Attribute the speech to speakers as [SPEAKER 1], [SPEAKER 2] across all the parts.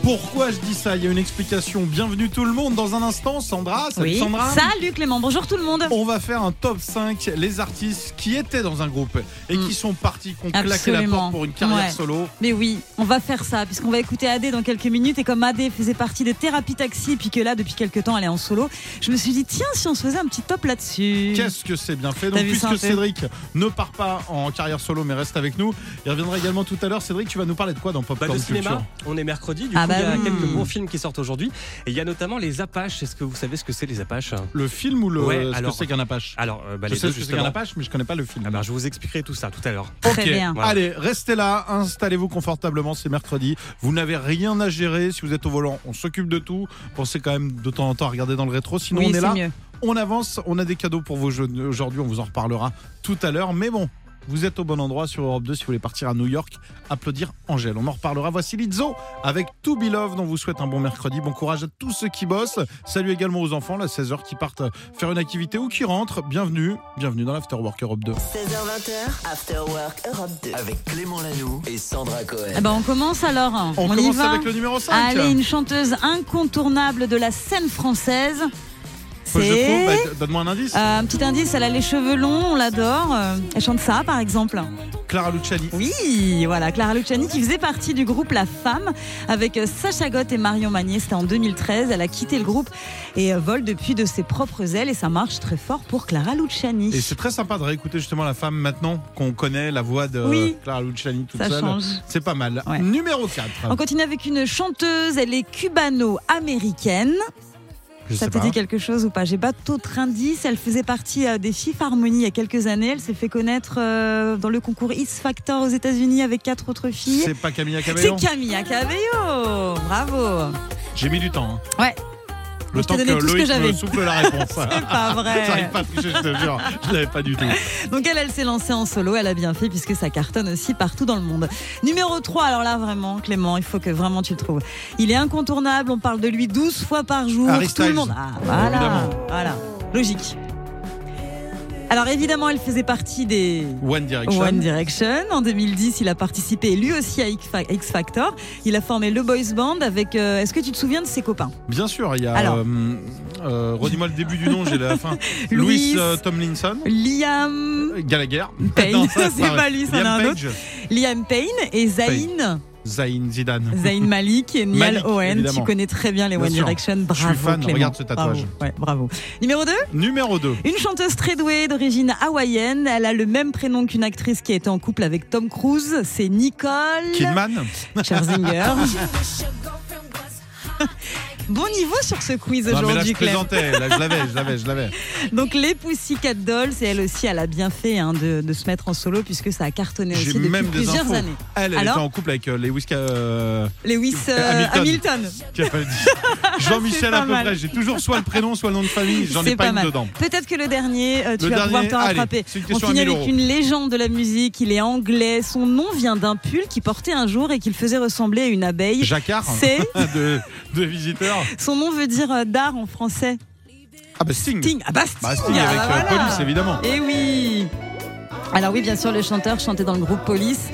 [SPEAKER 1] Pourquoi je dis ça Il y a une explication. Bienvenue tout le monde dans un instant. Sandra, salut
[SPEAKER 2] Oui.
[SPEAKER 1] Sandra.
[SPEAKER 2] Salut Clément, bonjour tout le monde.
[SPEAKER 1] On va faire un top 5 les artistes qui étaient dans un groupe et qui sont partis, qui ont claqué la
[SPEAKER 2] Mm. Absolument.
[SPEAKER 1] porte pour une carrière
[SPEAKER 2] Ouais.
[SPEAKER 1] solo.
[SPEAKER 2] Mais oui, on va faire ça, puisqu'on va écouter AD dans quelques minutes. Et comme AD faisait partie des Thérapies Taxi, puis que là, depuis quelques temps, elle est en solo, je me suis dit, tiens, si on se faisait un petit top là-dessus.
[SPEAKER 1] Qu'est-ce que c'est bien fait Donc
[SPEAKER 2] Mm. T'as vu ça un
[SPEAKER 1] puisque
[SPEAKER 2] peu
[SPEAKER 1] Cédric ne part pas en carrière solo mais reste avec nous, il reviendra également tout à l'heure. Cédric, tu vas nous parler de quoi dans Pop
[SPEAKER 3] Bah, le
[SPEAKER 1] Culture
[SPEAKER 3] cinéma, on est mercredi, du
[SPEAKER 2] Ah
[SPEAKER 3] coup,
[SPEAKER 2] bah
[SPEAKER 3] il y a
[SPEAKER 2] oui.
[SPEAKER 3] quelques bons films qui sortent aujourd'hui. Et il y a notamment Les Apaches. Est-ce que vous savez ce que c'est, Les Apaches
[SPEAKER 1] Le film ou le
[SPEAKER 3] Ouais,
[SPEAKER 1] ce
[SPEAKER 3] alors-
[SPEAKER 1] que c'est qu'un apache
[SPEAKER 3] Alors, euh, bah,
[SPEAKER 1] Je
[SPEAKER 3] les
[SPEAKER 1] sais ce
[SPEAKER 3] deux,
[SPEAKER 1] que c'est
[SPEAKER 3] justement.
[SPEAKER 1] qu'un apache mais je connais pas le film.
[SPEAKER 3] Ah bah, je vous expliquerai tout ça tout à l'heure.
[SPEAKER 2] Très
[SPEAKER 1] Ok.
[SPEAKER 2] bien.
[SPEAKER 3] Voilà.
[SPEAKER 1] Allez, restez là, installez-vous confortablement, c'est mercredi. Vous n'avez rien à gérer si vous êtes au volant. On s'occupe de tout. Pensez quand même de temps en temps à regarder dans le rétro. Sinon,
[SPEAKER 2] Oui,
[SPEAKER 1] on est,
[SPEAKER 2] c'est
[SPEAKER 1] là.
[SPEAKER 2] mieux.
[SPEAKER 1] On avance, on a des cadeaux pour vos jeux. Aujourd'hui, on vous en reparlera tout à l'heure. Mais bon, vous êtes au bon endroit sur Europe 2 si vous voulez partir à New York. Applaudir Angèle. On en reparlera. Voici Lizzo avec To Be Loved. On vous souhaite un bon mercredi. Bon courage à tous ceux qui bossent. Salut également aux enfants, là, 16h, qui partent faire une activité ou qui rentrent. Bienvenue, bienvenue dans l'Afterwork Europe 2.
[SPEAKER 4] 16h, 20h, After Work Europe 2.
[SPEAKER 5] Avec Clément Lanoux et Sandra
[SPEAKER 2] Eh
[SPEAKER 5] Cohen.
[SPEAKER 2] ben, on commence alors.
[SPEAKER 1] On,
[SPEAKER 2] y
[SPEAKER 1] commence
[SPEAKER 2] va.
[SPEAKER 1] avec le numéro 5.
[SPEAKER 2] Allez, une chanteuse incontournable de la scène française.
[SPEAKER 1] Faut que je trouve,
[SPEAKER 2] C'est.
[SPEAKER 1] bah, donne-moi un indice.
[SPEAKER 2] Euh, un petit indice, elle a les cheveux longs, on l'adore. Euh, elle chante ça, par exemple.
[SPEAKER 1] Clara Luciani.
[SPEAKER 2] Oui, voilà, Clara Luciani qui faisait partie du groupe La Femme avec euh, Sacha Goth et Marion Magnier. C'était en 2013. Elle a quitté le groupe et euh, vole depuis de ses propres ailes et ça marche très fort pour Clara Luciani.
[SPEAKER 1] Et c'est très sympa de réécouter justement la femme maintenant qu'on connaît la voix de
[SPEAKER 2] Oui.
[SPEAKER 1] Clara Luciani toute
[SPEAKER 2] Ça
[SPEAKER 1] seule. Ah.
[SPEAKER 2] change.
[SPEAKER 1] C'est pas mal.
[SPEAKER 2] Ouais.
[SPEAKER 1] Numéro 4.
[SPEAKER 2] On continue avec une chanteuse, elle est cubano-américaine.
[SPEAKER 1] Je
[SPEAKER 2] Ça
[SPEAKER 1] sais
[SPEAKER 2] te
[SPEAKER 1] pas. hein.
[SPEAKER 2] dit quelque chose ou pas J'ai pas d'autres indices. Elle faisait partie euh, des Fifth Harmony il y a quelques années. Elle s'est fait connaître euh, dans le concours X Factor aux États-Unis avec quatre autres filles.
[SPEAKER 1] C'est pas Camilla
[SPEAKER 2] C'est
[SPEAKER 1] Cabello.
[SPEAKER 2] Camilla Cabello
[SPEAKER 1] Ah,
[SPEAKER 2] Bravo
[SPEAKER 1] J'ai mis du temps. hein.
[SPEAKER 2] Ouais.
[SPEAKER 1] Le
[SPEAKER 2] Je t'ai
[SPEAKER 1] temps que
[SPEAKER 2] donné tout ce que
[SPEAKER 1] Loïc me
[SPEAKER 2] j'avais.
[SPEAKER 1] souffle la réponse.
[SPEAKER 2] C'est pas vrai
[SPEAKER 1] ah, J'arrive pas à tricher, je te jure. Je l'avais pas du tout.
[SPEAKER 2] Donc elle, elle s'est lancée en solo, elle a bien fait puisque ça cartonne aussi partout dans le monde. Numéro 3, alors là vraiment Clément, il faut que vraiment tu le trouves. Il est incontournable, on parle de lui 12 fois par jour,
[SPEAKER 1] Harry
[SPEAKER 2] tout le
[SPEAKER 1] Styles.
[SPEAKER 2] monde. Ah voilà,
[SPEAKER 1] Évidemment.
[SPEAKER 2] voilà, logique. Alors évidemment, elle faisait partie des
[SPEAKER 1] One Direction.
[SPEAKER 2] One Direction. En 2010, il a participé lui aussi à X Factor. Il a formé le boys band avec... euh, Est-ce que tu te souviens de ses copains
[SPEAKER 1] Bien sûr, il y a.
[SPEAKER 2] Alors.
[SPEAKER 1] euh, euh, Redis-moi le début du nom, j'ai la fin. Louis
[SPEAKER 2] Louis,
[SPEAKER 1] euh, Tomlinson.
[SPEAKER 2] Liam...
[SPEAKER 1] euh, Gallagher.
[SPEAKER 2] Payne.
[SPEAKER 1] Non, ça,
[SPEAKER 2] C'est pas lui, c'en
[SPEAKER 1] Liam
[SPEAKER 2] a un
[SPEAKER 1] Page,
[SPEAKER 2] Liam Payne et Zayn.
[SPEAKER 1] Zayn Zidane.
[SPEAKER 2] Zayn Malik et Niall
[SPEAKER 1] Malik,
[SPEAKER 2] Owen.
[SPEAKER 1] évidemment.
[SPEAKER 2] Tu connais très bien les
[SPEAKER 1] Bien
[SPEAKER 2] One
[SPEAKER 1] sûr.
[SPEAKER 2] Direction.
[SPEAKER 1] suis
[SPEAKER 2] Bravo.
[SPEAKER 1] fan,
[SPEAKER 2] Clément.
[SPEAKER 1] regarde ce tatouage.
[SPEAKER 2] Bravo. Ouais, bravo. Numéro 2
[SPEAKER 1] Numéro 2.
[SPEAKER 2] une chanteuse très douée d'origine hawaïenne. Elle a le même prénom qu'une actrice qui a été en couple avec Tom Cruise. C'est Nicole
[SPEAKER 1] Kidman.
[SPEAKER 2] Scherzinger. bon niveau sur ce quiz
[SPEAKER 1] Non, mais là,
[SPEAKER 2] aujourd'hui,
[SPEAKER 1] je
[SPEAKER 2] Clem.
[SPEAKER 1] plaisantais. Là, je l'avais, je l'avais, je l'avais.
[SPEAKER 2] Donc les Pussycat Dolls, et elle aussi, elle a bien fait hein, de, de se mettre en solo puisque ça a cartonné aussi
[SPEAKER 1] J'ai
[SPEAKER 2] depuis
[SPEAKER 1] même des
[SPEAKER 2] plusieurs
[SPEAKER 1] infos.
[SPEAKER 2] années.
[SPEAKER 1] Elle, elle
[SPEAKER 2] Alors
[SPEAKER 1] était en couple avec euh, Lewis Ca- euh,
[SPEAKER 2] Lewis euh,
[SPEAKER 1] Hamilton.
[SPEAKER 2] Hamilton.
[SPEAKER 1] qui a pas dit. Jean-Michel à
[SPEAKER 2] pas
[SPEAKER 1] peu
[SPEAKER 2] mal.
[SPEAKER 1] près. J'ai toujours soit le prénom, soit le nom de famille. J'en ai
[SPEAKER 2] C'est
[SPEAKER 1] pas,
[SPEAKER 2] pas
[SPEAKER 1] une
[SPEAKER 2] mal.
[SPEAKER 1] dedans.
[SPEAKER 2] Peut-être que le dernier, euh, tu
[SPEAKER 1] Le
[SPEAKER 2] vas pouvoir
[SPEAKER 1] dernier,
[SPEAKER 2] te
[SPEAKER 1] allez,
[SPEAKER 2] rattraper.
[SPEAKER 1] c'est une
[SPEAKER 2] On
[SPEAKER 1] question à
[SPEAKER 2] finit
[SPEAKER 1] 1000
[SPEAKER 2] avec
[SPEAKER 1] euros.
[SPEAKER 2] une légende de la musique. Il est anglais. Son nom vient d'un pull qu'il portait un jour et qu'il faisait ressembler à une abeille.
[SPEAKER 1] Jacquard
[SPEAKER 2] C'est
[SPEAKER 1] de, de visiteurs.
[SPEAKER 2] son nom veut dire euh, d'art en français.
[SPEAKER 1] Ah bah Sting.
[SPEAKER 2] Sting. Ah bah Sting.
[SPEAKER 1] Bah Sting
[SPEAKER 2] ah
[SPEAKER 1] avec
[SPEAKER 2] bah
[SPEAKER 1] euh,
[SPEAKER 2] voilà.
[SPEAKER 1] Police évidemment.
[SPEAKER 2] Eh oui. Alors oui, bien sûr, le chanteur chantait dans le groupe Police.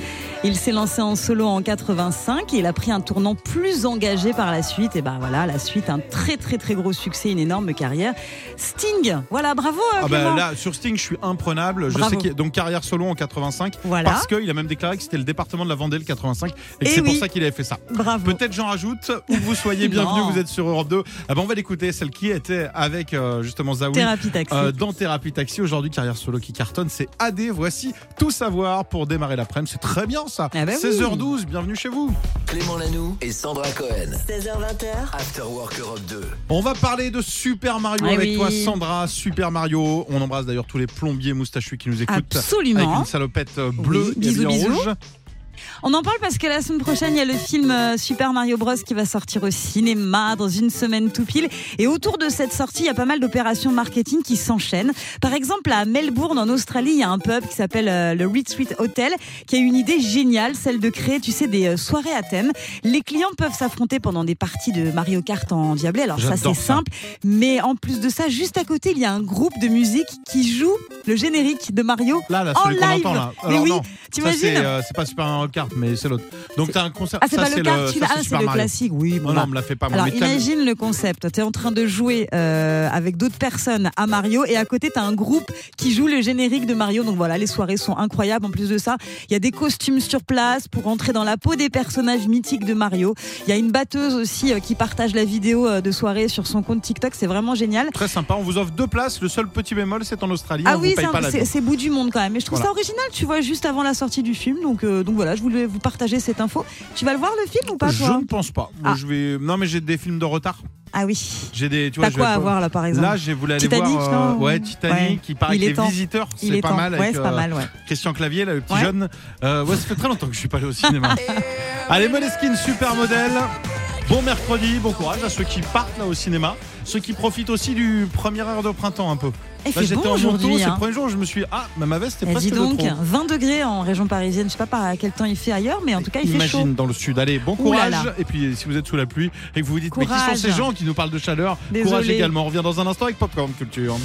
[SPEAKER 2] Il s'est lancé en solo en 85 et il a pris un tournant plus engagé par la suite. Et ben voilà, la suite, un très très très gros succès, une énorme carrière. Sting, voilà, bravo. euh,
[SPEAKER 1] Ah bah
[SPEAKER 2] Clément.
[SPEAKER 1] là sur Sting je suis imprenable. Je
[SPEAKER 2] Bravo.
[SPEAKER 1] sais qu'il donc carrière solo en 85
[SPEAKER 2] Voilà.
[SPEAKER 1] parce qu'il a même déclaré que c'était le département de la Vendée le 85 et que
[SPEAKER 2] Eh
[SPEAKER 1] c'est pour
[SPEAKER 2] oui.
[SPEAKER 1] ça qu'il avait fait ça.
[SPEAKER 2] Bravo.
[SPEAKER 1] Peut-être j'en rajoute. Où que vous soyez bienvenue,
[SPEAKER 2] Non.
[SPEAKER 1] vous êtes sur Europe 2. Ah bah on va l'écouter celle qui était avec euh, justement Zaoui
[SPEAKER 2] Thérapie taxi.
[SPEAKER 1] Euh, dans Thérapie Taxi, aujourd'hui carrière solo qui cartonne, c'est AD. Voici tout savoir pour démarrer l'après-midi. C'est très bien ça.
[SPEAKER 2] Ah bah oui.
[SPEAKER 1] 16h12, bienvenue chez vous.
[SPEAKER 5] Clément Lanoux et Sandra Cohen.
[SPEAKER 4] 16h, 20h,
[SPEAKER 5] After Work Europe 2.
[SPEAKER 1] On va parler de Super Mario
[SPEAKER 2] Ah
[SPEAKER 1] avec
[SPEAKER 2] oui.
[SPEAKER 1] toi, Sandra. Super Mario. On embrasse d'ailleurs tous les plombiers moustachus qui nous écoutent. Avec
[SPEAKER 2] Absolument.
[SPEAKER 1] une salopette euh, bleue
[SPEAKER 2] Oui,
[SPEAKER 1] et
[SPEAKER 2] bisous,
[SPEAKER 1] habillée en
[SPEAKER 2] bisous.
[SPEAKER 1] rouge.
[SPEAKER 2] On en parle parce que la semaine prochaine, il y a le film euh, Super Mario Bros qui va sortir au cinéma dans une semaine tout pile. Et autour de cette sortie, il y a pas mal d'opérations marketing qui s'enchaînent. Par exemple, à Melbourne, en Australie, il y a un pub qui s'appelle euh, le Retreat Hotel qui a une idée géniale, celle de créer, tu sais, des euh, soirées à thème. Les clients peuvent s'affronter pendant des parties de Mario Kart en diablé. Alors ça, c'est
[SPEAKER 1] J'adore ça.
[SPEAKER 2] simple. Mais en plus de ça, juste à côté, il y a un groupe de musique qui joue le générique de Mario
[SPEAKER 1] Là, là,
[SPEAKER 2] en
[SPEAKER 1] celui qu'on
[SPEAKER 2] live.
[SPEAKER 1] entend là.
[SPEAKER 2] Mais
[SPEAKER 1] Alors,
[SPEAKER 2] oui,
[SPEAKER 1] non, ça, c'est
[SPEAKER 2] t'imagines
[SPEAKER 1] euh, c'est pas Super Mario Kart, mais c'est l'autre. Donc t'as un concert.
[SPEAKER 2] Ah, c'est
[SPEAKER 1] ça,
[SPEAKER 2] pas le kart, tu
[SPEAKER 1] ça,
[SPEAKER 2] l'as- ah, c'est
[SPEAKER 1] Super
[SPEAKER 2] le
[SPEAKER 1] Mario.
[SPEAKER 2] classique. Oui, bon,
[SPEAKER 1] Non, non,
[SPEAKER 2] bah.
[SPEAKER 1] me la fait pas. moi,
[SPEAKER 2] Alors
[SPEAKER 1] mais t'as-
[SPEAKER 2] imagine le concept, tu es en train de jouer euh, avec d'autres personnes à Mario et à côté tu as un groupe qui joue le générique de Mario. Donc voilà, les soirées sont incroyables en plus de ça. Il y a des costumes sur place pour entrer dans la peau des personnages mythiques de Mario. Il y a une batteuse aussi euh, qui partage la vidéo euh, de soirée sur son compte TikTok, c'est vraiment génial.
[SPEAKER 1] Très sympa. On vous offre deux places. Le seul petit bémol, c'est en Australie.
[SPEAKER 2] Ah
[SPEAKER 1] on
[SPEAKER 2] oui,
[SPEAKER 1] vous paye
[SPEAKER 2] c'est un-
[SPEAKER 1] pas la
[SPEAKER 2] c'est
[SPEAKER 1] vie.
[SPEAKER 2] c'est bout du monde quand même. Mais je trouve
[SPEAKER 1] Voilà.
[SPEAKER 2] ça original, tu vois, juste avant la sortie du film. Donc, euh, donc voilà, je voulais vous partager cette info. Tu vas le voir le film ou pas
[SPEAKER 1] Je
[SPEAKER 2] toi
[SPEAKER 1] ne pense pas. Moi,
[SPEAKER 2] Ah.
[SPEAKER 1] Je vais. Non, mais j'ai des films de retard.
[SPEAKER 2] Ah oui.
[SPEAKER 1] J'ai des. Tu vois,
[SPEAKER 2] T'as
[SPEAKER 1] je
[SPEAKER 2] quoi
[SPEAKER 1] vais-
[SPEAKER 2] à voir là par exemple
[SPEAKER 1] Là, j'ai voulu aller
[SPEAKER 2] Titanic,
[SPEAKER 1] voir. euh,
[SPEAKER 2] non
[SPEAKER 1] ouais, Titanic.
[SPEAKER 2] Ouais.
[SPEAKER 1] Il paraît
[SPEAKER 2] Il
[SPEAKER 1] que
[SPEAKER 2] est
[SPEAKER 1] les
[SPEAKER 2] temps.
[SPEAKER 1] visiteurs,
[SPEAKER 2] Il
[SPEAKER 1] c'est
[SPEAKER 2] est
[SPEAKER 1] pas
[SPEAKER 2] temps.
[SPEAKER 1] mal.
[SPEAKER 2] ouais,
[SPEAKER 1] avec,
[SPEAKER 2] c'est pas
[SPEAKER 1] euh,
[SPEAKER 2] mal, ouais.
[SPEAKER 1] Christian Clavier, là, le petit
[SPEAKER 2] Ouais.
[SPEAKER 1] jeune. Euh, ouais, ça fait très longtemps que je suis pas allé au cinéma. Allez, Moleskine, super modèle. Bon mercredi, bon courage à ceux qui partent là au cinéma, ceux qui profitent aussi du première heure de printemps un peu.
[SPEAKER 2] Il
[SPEAKER 1] Là,
[SPEAKER 2] fait
[SPEAKER 1] j'étais
[SPEAKER 2] bon
[SPEAKER 1] en montant,
[SPEAKER 2] Eh, aujourd'hui.
[SPEAKER 1] c'est le
[SPEAKER 2] Hein.
[SPEAKER 1] premier jour, je me suis dit, ah, bah, ma veste est
[SPEAKER 2] Eh,
[SPEAKER 1] presque
[SPEAKER 2] dis donc,
[SPEAKER 1] de trop.
[SPEAKER 2] 20 degrés en région parisienne. Je sais pas par à quel temps il fait ailleurs, mais en tout cas, il fait chaud.
[SPEAKER 1] Imagine dans le sud. Allez, bon
[SPEAKER 2] Ouh là
[SPEAKER 1] courage.
[SPEAKER 2] là.
[SPEAKER 1] Et puis, si vous êtes sous la pluie et que vous vous dites, mais qui
[SPEAKER 2] Courage.
[SPEAKER 1] sont ces gens qui nous parlent de chaleur
[SPEAKER 2] Désolé.
[SPEAKER 1] Courage également. On revient dans un instant avec Popcorn Culture.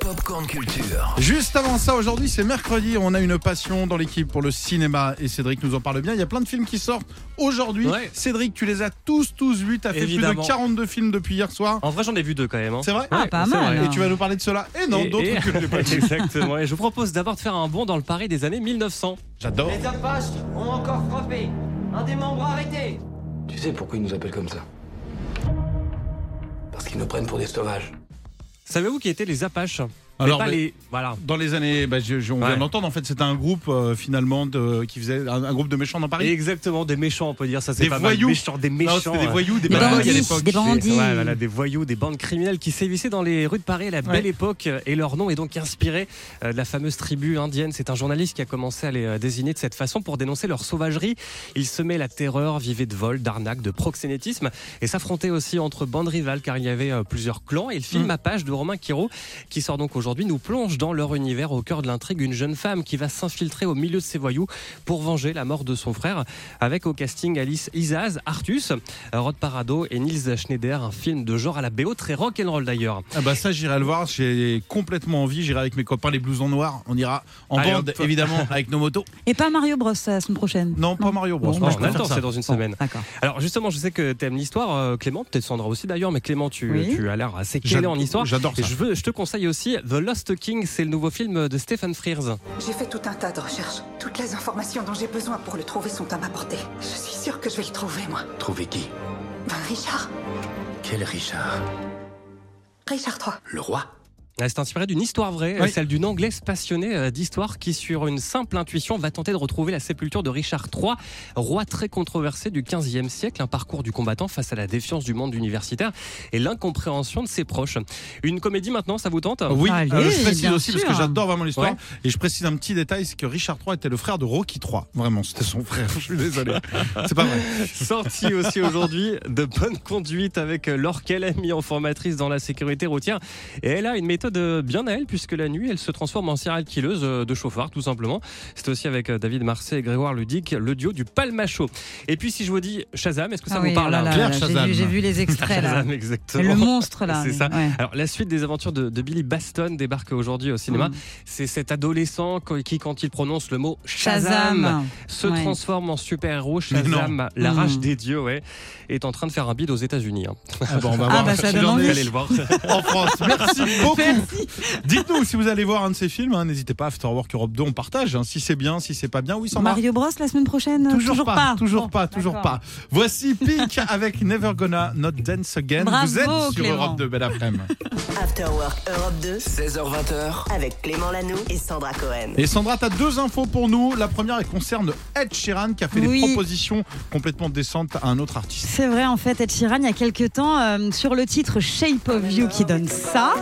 [SPEAKER 5] Popcorn Culture.
[SPEAKER 1] Juste avant ça, aujourd'hui c'est mercredi, on a une passion dans l'équipe pour le cinéma et Cédric nous en parle bien. Il y a plein de films qui sortent aujourd'hui.
[SPEAKER 3] Ouais.
[SPEAKER 1] Cédric, tu les as tous, tous vus, t'as fait plus
[SPEAKER 3] Évidemment.
[SPEAKER 1] de 42 films depuis hier soir.
[SPEAKER 3] En vrai, j'en ai vu deux quand même. hein.
[SPEAKER 1] C'est vrai
[SPEAKER 2] Ah, pas
[SPEAKER 3] c'est
[SPEAKER 2] mal.
[SPEAKER 3] vrai.
[SPEAKER 1] Et tu vas nous parler de cela Et non,
[SPEAKER 3] Et-
[SPEAKER 1] d'autres
[SPEAKER 3] et-
[SPEAKER 1] que je n'ai pas vu.
[SPEAKER 3] Exactement. Et je vous propose d'abord de faire un bond dans le Paris des années 1900.
[SPEAKER 1] J'adore.
[SPEAKER 6] Les Apaches ont encore frappé. Un des membres arrêté.
[SPEAKER 7] Tu sais pourquoi ils nous appellent comme ça Parce qu'ils nous prennent pour des sauvages.
[SPEAKER 3] Savez-vous qui étaient les Apaches Mais
[SPEAKER 1] Alors,
[SPEAKER 3] pas
[SPEAKER 1] mais-
[SPEAKER 3] les. Voilà.
[SPEAKER 1] Dans les années, bah, je- je- on vient
[SPEAKER 3] Ouais.
[SPEAKER 1] de l'entendre, en fait c'était un groupe euh, finalement de- qui faisait un, un groupe de méchants dans Paris.
[SPEAKER 3] Exactement, des méchants, on peut dire ça. C'est
[SPEAKER 1] Des
[SPEAKER 3] pas
[SPEAKER 1] voyous.
[SPEAKER 3] Mal. Méchants, des
[SPEAKER 1] Non,
[SPEAKER 3] méchants. hein.
[SPEAKER 1] c'était des
[SPEAKER 3] ouais.
[SPEAKER 1] voyous, des
[SPEAKER 2] Des
[SPEAKER 1] bad boys
[SPEAKER 2] euh. bandits,
[SPEAKER 1] à l'époque.
[SPEAKER 2] des bandits.
[SPEAKER 3] Ouais, voilà, des voyous, des bandes criminelles qui sévissaient dans les rues de Paris à la belle
[SPEAKER 1] Ouais.
[SPEAKER 3] époque euh, et leur nom est donc inspiré euh, de la fameuse tribu indienne. C'est un journaliste qui a commencé à les euh, désigner de cette façon pour dénoncer leur sauvagerie. Ils semaient la terreur, vivaient de vol, d'arnaque, de proxénétisme et s'affrontaient aussi entre bandes rivales car il y avait euh, plusieurs clans. Et le
[SPEAKER 1] Mm.
[SPEAKER 3] film à page de Romain Quiro qui sort donc aujourd'hui nous plonge dans leur univers au cœur de l'intrigue une jeune femme qui va s'infiltrer au milieu de ses voyous pour venger la mort de son frère avec au casting Alice Isaz, Artus, euh, Rod Parado et Nils Schneider, un film de genre à la BO très rock'n'roll d'ailleurs.
[SPEAKER 1] Ah bah ça j'irai le voir, j'ai complètement envie, j'irai avec mes copains les blousons noirs, on ira en
[SPEAKER 3] Allez,
[SPEAKER 1] bande
[SPEAKER 3] hop.
[SPEAKER 1] évidemment avec nos motos.
[SPEAKER 2] Et pas Mario Bros euh, la semaine prochaine.
[SPEAKER 1] Non, pas Mario Bros.
[SPEAKER 2] Bon,
[SPEAKER 1] Non,
[SPEAKER 2] bah,
[SPEAKER 1] je
[SPEAKER 3] on
[SPEAKER 1] peux
[SPEAKER 3] a
[SPEAKER 1] faire
[SPEAKER 3] le temps,
[SPEAKER 1] ça.
[SPEAKER 3] c'est dans une
[SPEAKER 2] Bon,
[SPEAKER 3] semaine.
[SPEAKER 2] D'accord.
[SPEAKER 3] Alors justement, je sais que t'aimes l'histoire, euh, Clément, peut-être Sandra aussi d'ailleurs, mais Clément, tu,
[SPEAKER 2] Oui.
[SPEAKER 3] tu as l'air assez calé en histoire.
[SPEAKER 1] J'adore
[SPEAKER 3] Et
[SPEAKER 1] ça.
[SPEAKER 3] je, veux, je te conseille aussi The Lost King, c'est le nouveau film de Stephen Frears.
[SPEAKER 8] J'ai fait tout un tas de recherches. Toutes les informations dont j'ai besoin pour le trouver sont à ma portée. Je suis sûre que je vais le trouver, moi.
[SPEAKER 7] Trouver qui
[SPEAKER 8] Ben, Richard
[SPEAKER 7] Quel Richard
[SPEAKER 8] Richard III.
[SPEAKER 7] Le roi
[SPEAKER 3] Ah, C'est inspiré d'une histoire vraie,
[SPEAKER 1] Oui.
[SPEAKER 3] celle d'une anglaise passionnée euh, d'histoire qui, sur une simple intuition, va tenter de retrouver la sépulture de Richard III, roi très controversé du XVe siècle, un parcours du combattant face à la défiance du monde universitaire et l'incompréhension de ses proches. Une comédie maintenant, ça vous tente
[SPEAKER 1] Oui,
[SPEAKER 2] Allez,
[SPEAKER 1] euh, je précise
[SPEAKER 2] bien
[SPEAKER 1] aussi parce
[SPEAKER 2] sûr.
[SPEAKER 1] que j'adore vraiment l'histoire.
[SPEAKER 3] Ouais.
[SPEAKER 1] Et je précise un petit détail, c'est que Richard III était le frère de Rocky III. Vraiment, c'était son frère. Je suis désolé. C'est pas vrai.
[SPEAKER 3] Sorti aussi aujourd'hui de bonne conduite avec euh, Laure Calamy en formatrice dans la sécurité routière. Et elle a une méthode euh, bien à elle puisque la nuit, elle se transforme en serial killeuse euh, de chauffard tout simplement. C'est aussi avec euh, David Marseille et Grégoire Ludic, le duo du Palmacho. Et puis si je vous dis Shazam, est-ce que ça
[SPEAKER 2] Ah
[SPEAKER 3] vous
[SPEAKER 2] oui,
[SPEAKER 3] parle
[SPEAKER 2] là,
[SPEAKER 3] hein
[SPEAKER 2] là,
[SPEAKER 1] Claire
[SPEAKER 2] là, j'ai
[SPEAKER 1] Shazam.
[SPEAKER 2] vu- J'ai vu, les extraits là.
[SPEAKER 3] Shazam, exactement.
[SPEAKER 2] Le monstre là.
[SPEAKER 3] C'est
[SPEAKER 2] mais-
[SPEAKER 3] ça.
[SPEAKER 2] ouais.
[SPEAKER 3] Alors, la suite des aventures de, de Billy Baston débarque aujourd'hui au cinéma.
[SPEAKER 2] Mm.
[SPEAKER 3] C'est cet adolescent co- qui, quand il prononce le mot Shazam
[SPEAKER 2] Shazam.
[SPEAKER 3] se
[SPEAKER 2] Ouais.
[SPEAKER 3] transforme en super-héros.
[SPEAKER 1] Mais non.
[SPEAKER 3] Shazam, la rage
[SPEAKER 2] Mm.
[SPEAKER 3] des dieux, ouais, est en train de faire un bid aux États-Unis. hein.
[SPEAKER 1] Ah bon, on va
[SPEAKER 2] Ah
[SPEAKER 1] voir
[SPEAKER 2] bah,
[SPEAKER 1] ce
[SPEAKER 2] ça
[SPEAKER 1] qu'il
[SPEAKER 2] donne
[SPEAKER 1] en est
[SPEAKER 2] envie.
[SPEAKER 3] Allez le voir.
[SPEAKER 1] en France. Merci beaucoup. Dites-nous si vous allez voir un de ces films. hein, N'hésitez pas. After Work Europe 2, on partage. hein, si c'est bien, si c'est pas bien, oui, sans
[SPEAKER 2] Mario Bros la semaine prochaine.
[SPEAKER 1] Toujours, pas, toujours
[SPEAKER 2] Mm, Bon,
[SPEAKER 1] pas, toujours
[SPEAKER 2] d'accord.
[SPEAKER 1] pas. Voici Pink avec Never Gonna Not Dance Again. vous
[SPEAKER 2] Bravo,
[SPEAKER 1] êtes sur
[SPEAKER 2] Clément.
[SPEAKER 1] Europe 2, belle après-midi.
[SPEAKER 4] After Work Europe 2
[SPEAKER 5] 16h20h.
[SPEAKER 4] avec Clément Lano et Sandra Cohen.
[SPEAKER 1] Et Sandra, tu as deux infos pour nous. La première, elle concerne Ed Sheeran qui a fait
[SPEAKER 2] Oui.
[SPEAKER 1] des propositions complètement décentes à un autre artiste.
[SPEAKER 2] C'est vrai, en fait, Ed Sheeran, il y a quelques temps, euh, sur le titre Shape of You qui donne ça,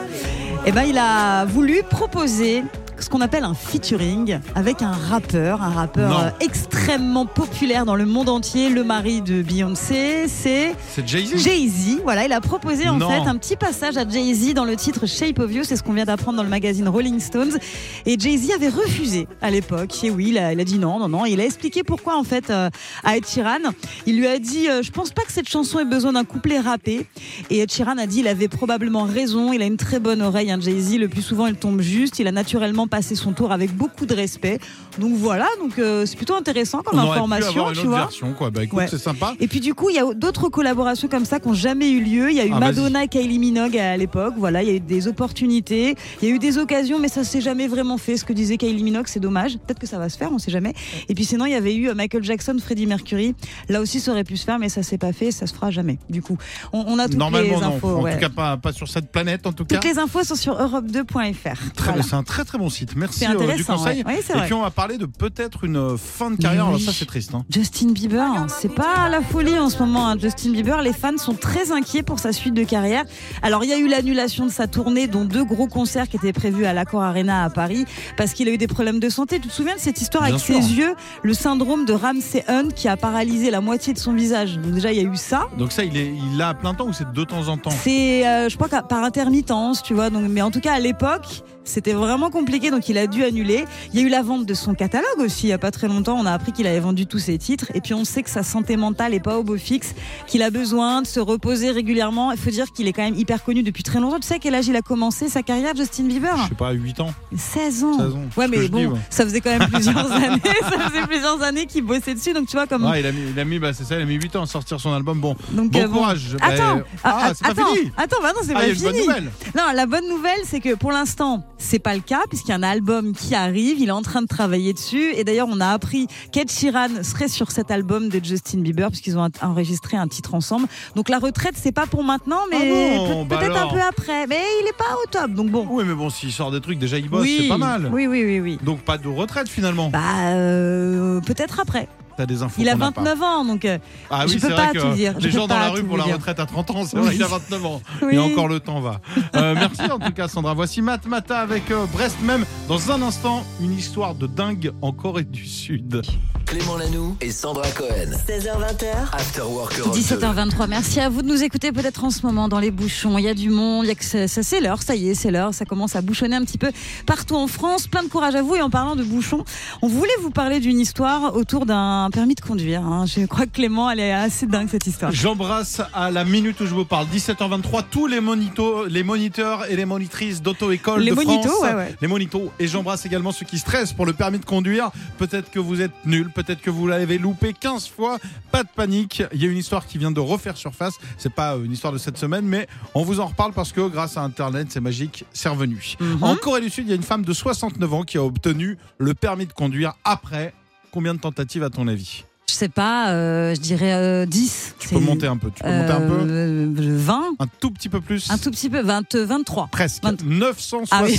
[SPEAKER 2] eh ben, il a voulu proposer ce qu'on appelle un featuring avec un rappeur, un rappeur
[SPEAKER 1] Non.
[SPEAKER 2] euh, extrêmement populaire dans le monde entier. Le mari de Beyoncé, c'est
[SPEAKER 1] C'est Jay-Z.
[SPEAKER 2] Jay-Z. Voilà, il a proposé en
[SPEAKER 1] Non.
[SPEAKER 2] fait un petit passage à Jay-Z dans le titre Shape of You. C'est ce qu'on vient d'apprendre dans le magazine Rolling Stones. Et Jay-Z avait refusé à l'époque. Et oui, il a, il a dit non, non, non. Il a expliqué pourquoi en fait euh, à Ed Sheeran. Il lui a dit euh, Je pense pas que cette chanson ait besoin d'un couplet rappé. Et Ed Sheeran a dit Il avait probablement raison. Il a une très bonne oreille, hein, Jay-Z. Le plus souvent, il tombe juste. Il a naturellement passé son tour avec beaucoup de respect. Donc voilà, donc euh, c'est plutôt intéressant comme
[SPEAKER 1] On aurait pu
[SPEAKER 2] information,
[SPEAKER 1] avoir une
[SPEAKER 2] tu
[SPEAKER 1] autre
[SPEAKER 2] vois.
[SPEAKER 1] version, quoi. Bah écoute,
[SPEAKER 2] Ouais.
[SPEAKER 1] c'est sympa.
[SPEAKER 2] Et puis du coup, il y a d'autres collaborations comme ça qui n'ont jamais eu lieu. Il y a eu
[SPEAKER 1] Ah,
[SPEAKER 2] Madonna et Kylie Minogue à l'époque. Voilà, il y a eu des opportunités, il y a eu des occasions, mais ça s'est jamais vraiment fait. Ce que disait Kylie Minogue, c'est dommage. Peut-être que ça va se faire, on sait jamais. Et puis sinon, il y avait eu euh, Michael Jackson, Freddie Mercury. Là aussi, ça aurait pu se faire, mais ça s'est pas fait. et Ça se fera jamais. Du coup, on, on a toutes
[SPEAKER 1] Normalement,
[SPEAKER 2] les
[SPEAKER 1] non.
[SPEAKER 2] infos.
[SPEAKER 1] en
[SPEAKER 2] ouais.
[SPEAKER 1] tout cas, pas, pas sur cette planète, en tout cas.
[SPEAKER 2] toutes les infos sont sur europe2.fr.
[SPEAKER 1] Très
[SPEAKER 2] Voilà.
[SPEAKER 1] bien, C'est un très très bon site. Merci
[SPEAKER 2] C'est
[SPEAKER 1] euh, du
[SPEAKER 2] intéressant,
[SPEAKER 1] conseil.
[SPEAKER 2] ouais. Ouais, c'est
[SPEAKER 1] Et
[SPEAKER 2] vrai.
[SPEAKER 1] puis on va parler de peut-être une euh, fin de carrière.
[SPEAKER 2] Mais
[SPEAKER 1] Alors
[SPEAKER 2] oui.
[SPEAKER 1] ça c'est triste. hein.
[SPEAKER 2] Justin Bieber, hein, c'est pas la folie en ce moment. hein, Justin Bieber, les fans sont très inquiets pour sa suite de carrière. Alors il y a eu l'annulation de sa tournée, dont deux gros concerts qui étaient prévus à l'Accor Arena à Paris, parce qu'il a eu des problèmes de santé. Tu te souviens de cette histoire
[SPEAKER 1] Bien
[SPEAKER 2] avec
[SPEAKER 1] sûr.
[SPEAKER 2] ses yeux, le syndrome de Ramsey Hunt qui a paralysé la moitié de son visage. Donc déjà il y a eu ça.
[SPEAKER 1] Donc ça il est il l'a à plein temps ou c'est de temps en temps.
[SPEAKER 2] C'est, euh, je crois, qu'à- par intermittence, tu vois. Donc, mais en tout cas, à l'époque, c'était vraiment compliqué, donc il a dû annuler. Il y a eu la vente de son catalogue aussi, il n'y a pas très longtemps. On a appris qu'il avait vendu tous ses titres. Et puis, on sait que sa santé mentale est pas au beau fixe, qu'il a besoin de se reposer régulièrement. Il faut dire qu'il est quand même hyper connu depuis très longtemps. Tu sais à quel âge il a commencé sa carrière, Justin Bieber
[SPEAKER 1] Je sais pas, 8 ans.
[SPEAKER 2] 16 ans.
[SPEAKER 1] 16 ans, c'est
[SPEAKER 2] Ouais,
[SPEAKER 1] ce que
[SPEAKER 2] mais
[SPEAKER 1] je dis,
[SPEAKER 2] bon,
[SPEAKER 1] ouais.
[SPEAKER 2] ça faisait quand même plusieurs années. Ça faisait plusieurs années qu'il bossait dessus. Donc, tu vois, comme.
[SPEAKER 1] Ouais, il a mis, il a mis bah, c'est ça, il a mis 8 ans à sortir son album. Bon,
[SPEAKER 2] Donc,
[SPEAKER 1] bon
[SPEAKER 2] euh, bon.
[SPEAKER 1] courage. Bah,
[SPEAKER 2] Attends,
[SPEAKER 1] ah,
[SPEAKER 2] a-
[SPEAKER 1] c'est pas
[SPEAKER 2] attends,
[SPEAKER 1] fini.
[SPEAKER 2] attends, bah non, c'est
[SPEAKER 1] Ah,
[SPEAKER 2] pas
[SPEAKER 1] il y a une
[SPEAKER 2] fini.
[SPEAKER 1] bonne nouvelle.
[SPEAKER 2] Non, la bonne nouvelle, c'est que pour l'instant, c'est pas le cas, puisqu'il y a un album qui arrive, il est en train de travailler dessus. Et d'ailleurs, on a appris qu'Ed Sheeran serait sur cet album de Justin Bieber, puisqu'ils ont en- enregistré un titre ensemble. Donc la retraite, c'est pas pour maintenant, mais
[SPEAKER 1] Ah non,
[SPEAKER 2] peut-
[SPEAKER 1] bah
[SPEAKER 2] peut-être
[SPEAKER 1] alors.
[SPEAKER 2] un peu après. Mais il est pas au top, donc bon.
[SPEAKER 1] Oui, mais bon, s'il sort des trucs, déjà il bosse, c'est pas mal.
[SPEAKER 2] Oui, oui, oui, oui.
[SPEAKER 1] Donc pas de retraite finalement.
[SPEAKER 2] Bah, euh, peut-être après.
[SPEAKER 1] T'as des infos.
[SPEAKER 2] Il a
[SPEAKER 1] qu'on pas.
[SPEAKER 2] 29 ans, donc. euh,
[SPEAKER 1] Ah
[SPEAKER 2] Je
[SPEAKER 1] oui,
[SPEAKER 2] peux
[SPEAKER 1] c'est
[SPEAKER 2] pas
[SPEAKER 1] vrai que
[SPEAKER 2] tout dire, je
[SPEAKER 1] les
[SPEAKER 2] peux
[SPEAKER 1] gens dans
[SPEAKER 2] pas
[SPEAKER 1] la
[SPEAKER 2] tout
[SPEAKER 1] rue
[SPEAKER 2] vous
[SPEAKER 1] pour la
[SPEAKER 2] dire.
[SPEAKER 1] retraite à 30 ans, c'est
[SPEAKER 2] Oui.
[SPEAKER 1] vrai, il a 29 ans.
[SPEAKER 2] Oui.
[SPEAKER 1] Et encore le temps va. Euh, merci en tout cas Sandra. Voici Matt Mata avec euh, Brest même. Dans un instant, une histoire de dingue en Corée du Sud.
[SPEAKER 5] Clément Lanoux et Sandra Cohen.
[SPEAKER 4] 16h20h,
[SPEAKER 5] After Work Europe 2.
[SPEAKER 2] 17h23, merci à vous de nous écouter peut-être en ce moment dans les bouchons. Il y a du monde, il y a que ça, ça- c'est l'heure, ça y est, c'est l'heure, ça commence à bouchonner un petit peu partout en France. Plein de courage à vous et en parlant de bouchons, on voulait vous parler d'une histoire autour d'un permis de conduire. hein. Je crois que Clément, elle est assez dingue cette histoire.
[SPEAKER 1] J'embrasse à la minute où je vous parle, 17h23, tous les, monito- les moniteurs et les monitrices d'auto-école
[SPEAKER 2] Les
[SPEAKER 1] de France.
[SPEAKER 2] monitos, ouais, ouais.
[SPEAKER 1] Les monitos. Et j'embrasse également ceux qui stressent pour le permis de conduire. Peut-être que vous êtes nul, peut-être que vous l'avez loupé 15 fois. Pas de panique. Il y a une histoire qui vient de refaire surface. C'est pas euh, une histoire de cette semaine, mais on vous en reparle parce que grâce à Internet, c'est magique, c'est revenu.
[SPEAKER 2] Mhm.
[SPEAKER 1] En Corée du Sud, il y a une femme de 69 ans qui a obtenu le permis de conduire après combien de tentatives à ton avis
[SPEAKER 2] Je sais pas, euh, je dirais euh, 10.
[SPEAKER 1] Tu peux monter un peu. Tu peux monter
[SPEAKER 2] euh,
[SPEAKER 1] un peu.
[SPEAKER 2] 20,
[SPEAKER 1] Un tout petit peu plus.
[SPEAKER 2] un tout petit peu, 20, 23.
[SPEAKER 1] Presque.
[SPEAKER 2] Vingt-
[SPEAKER 1] 960
[SPEAKER 2] Ah oui.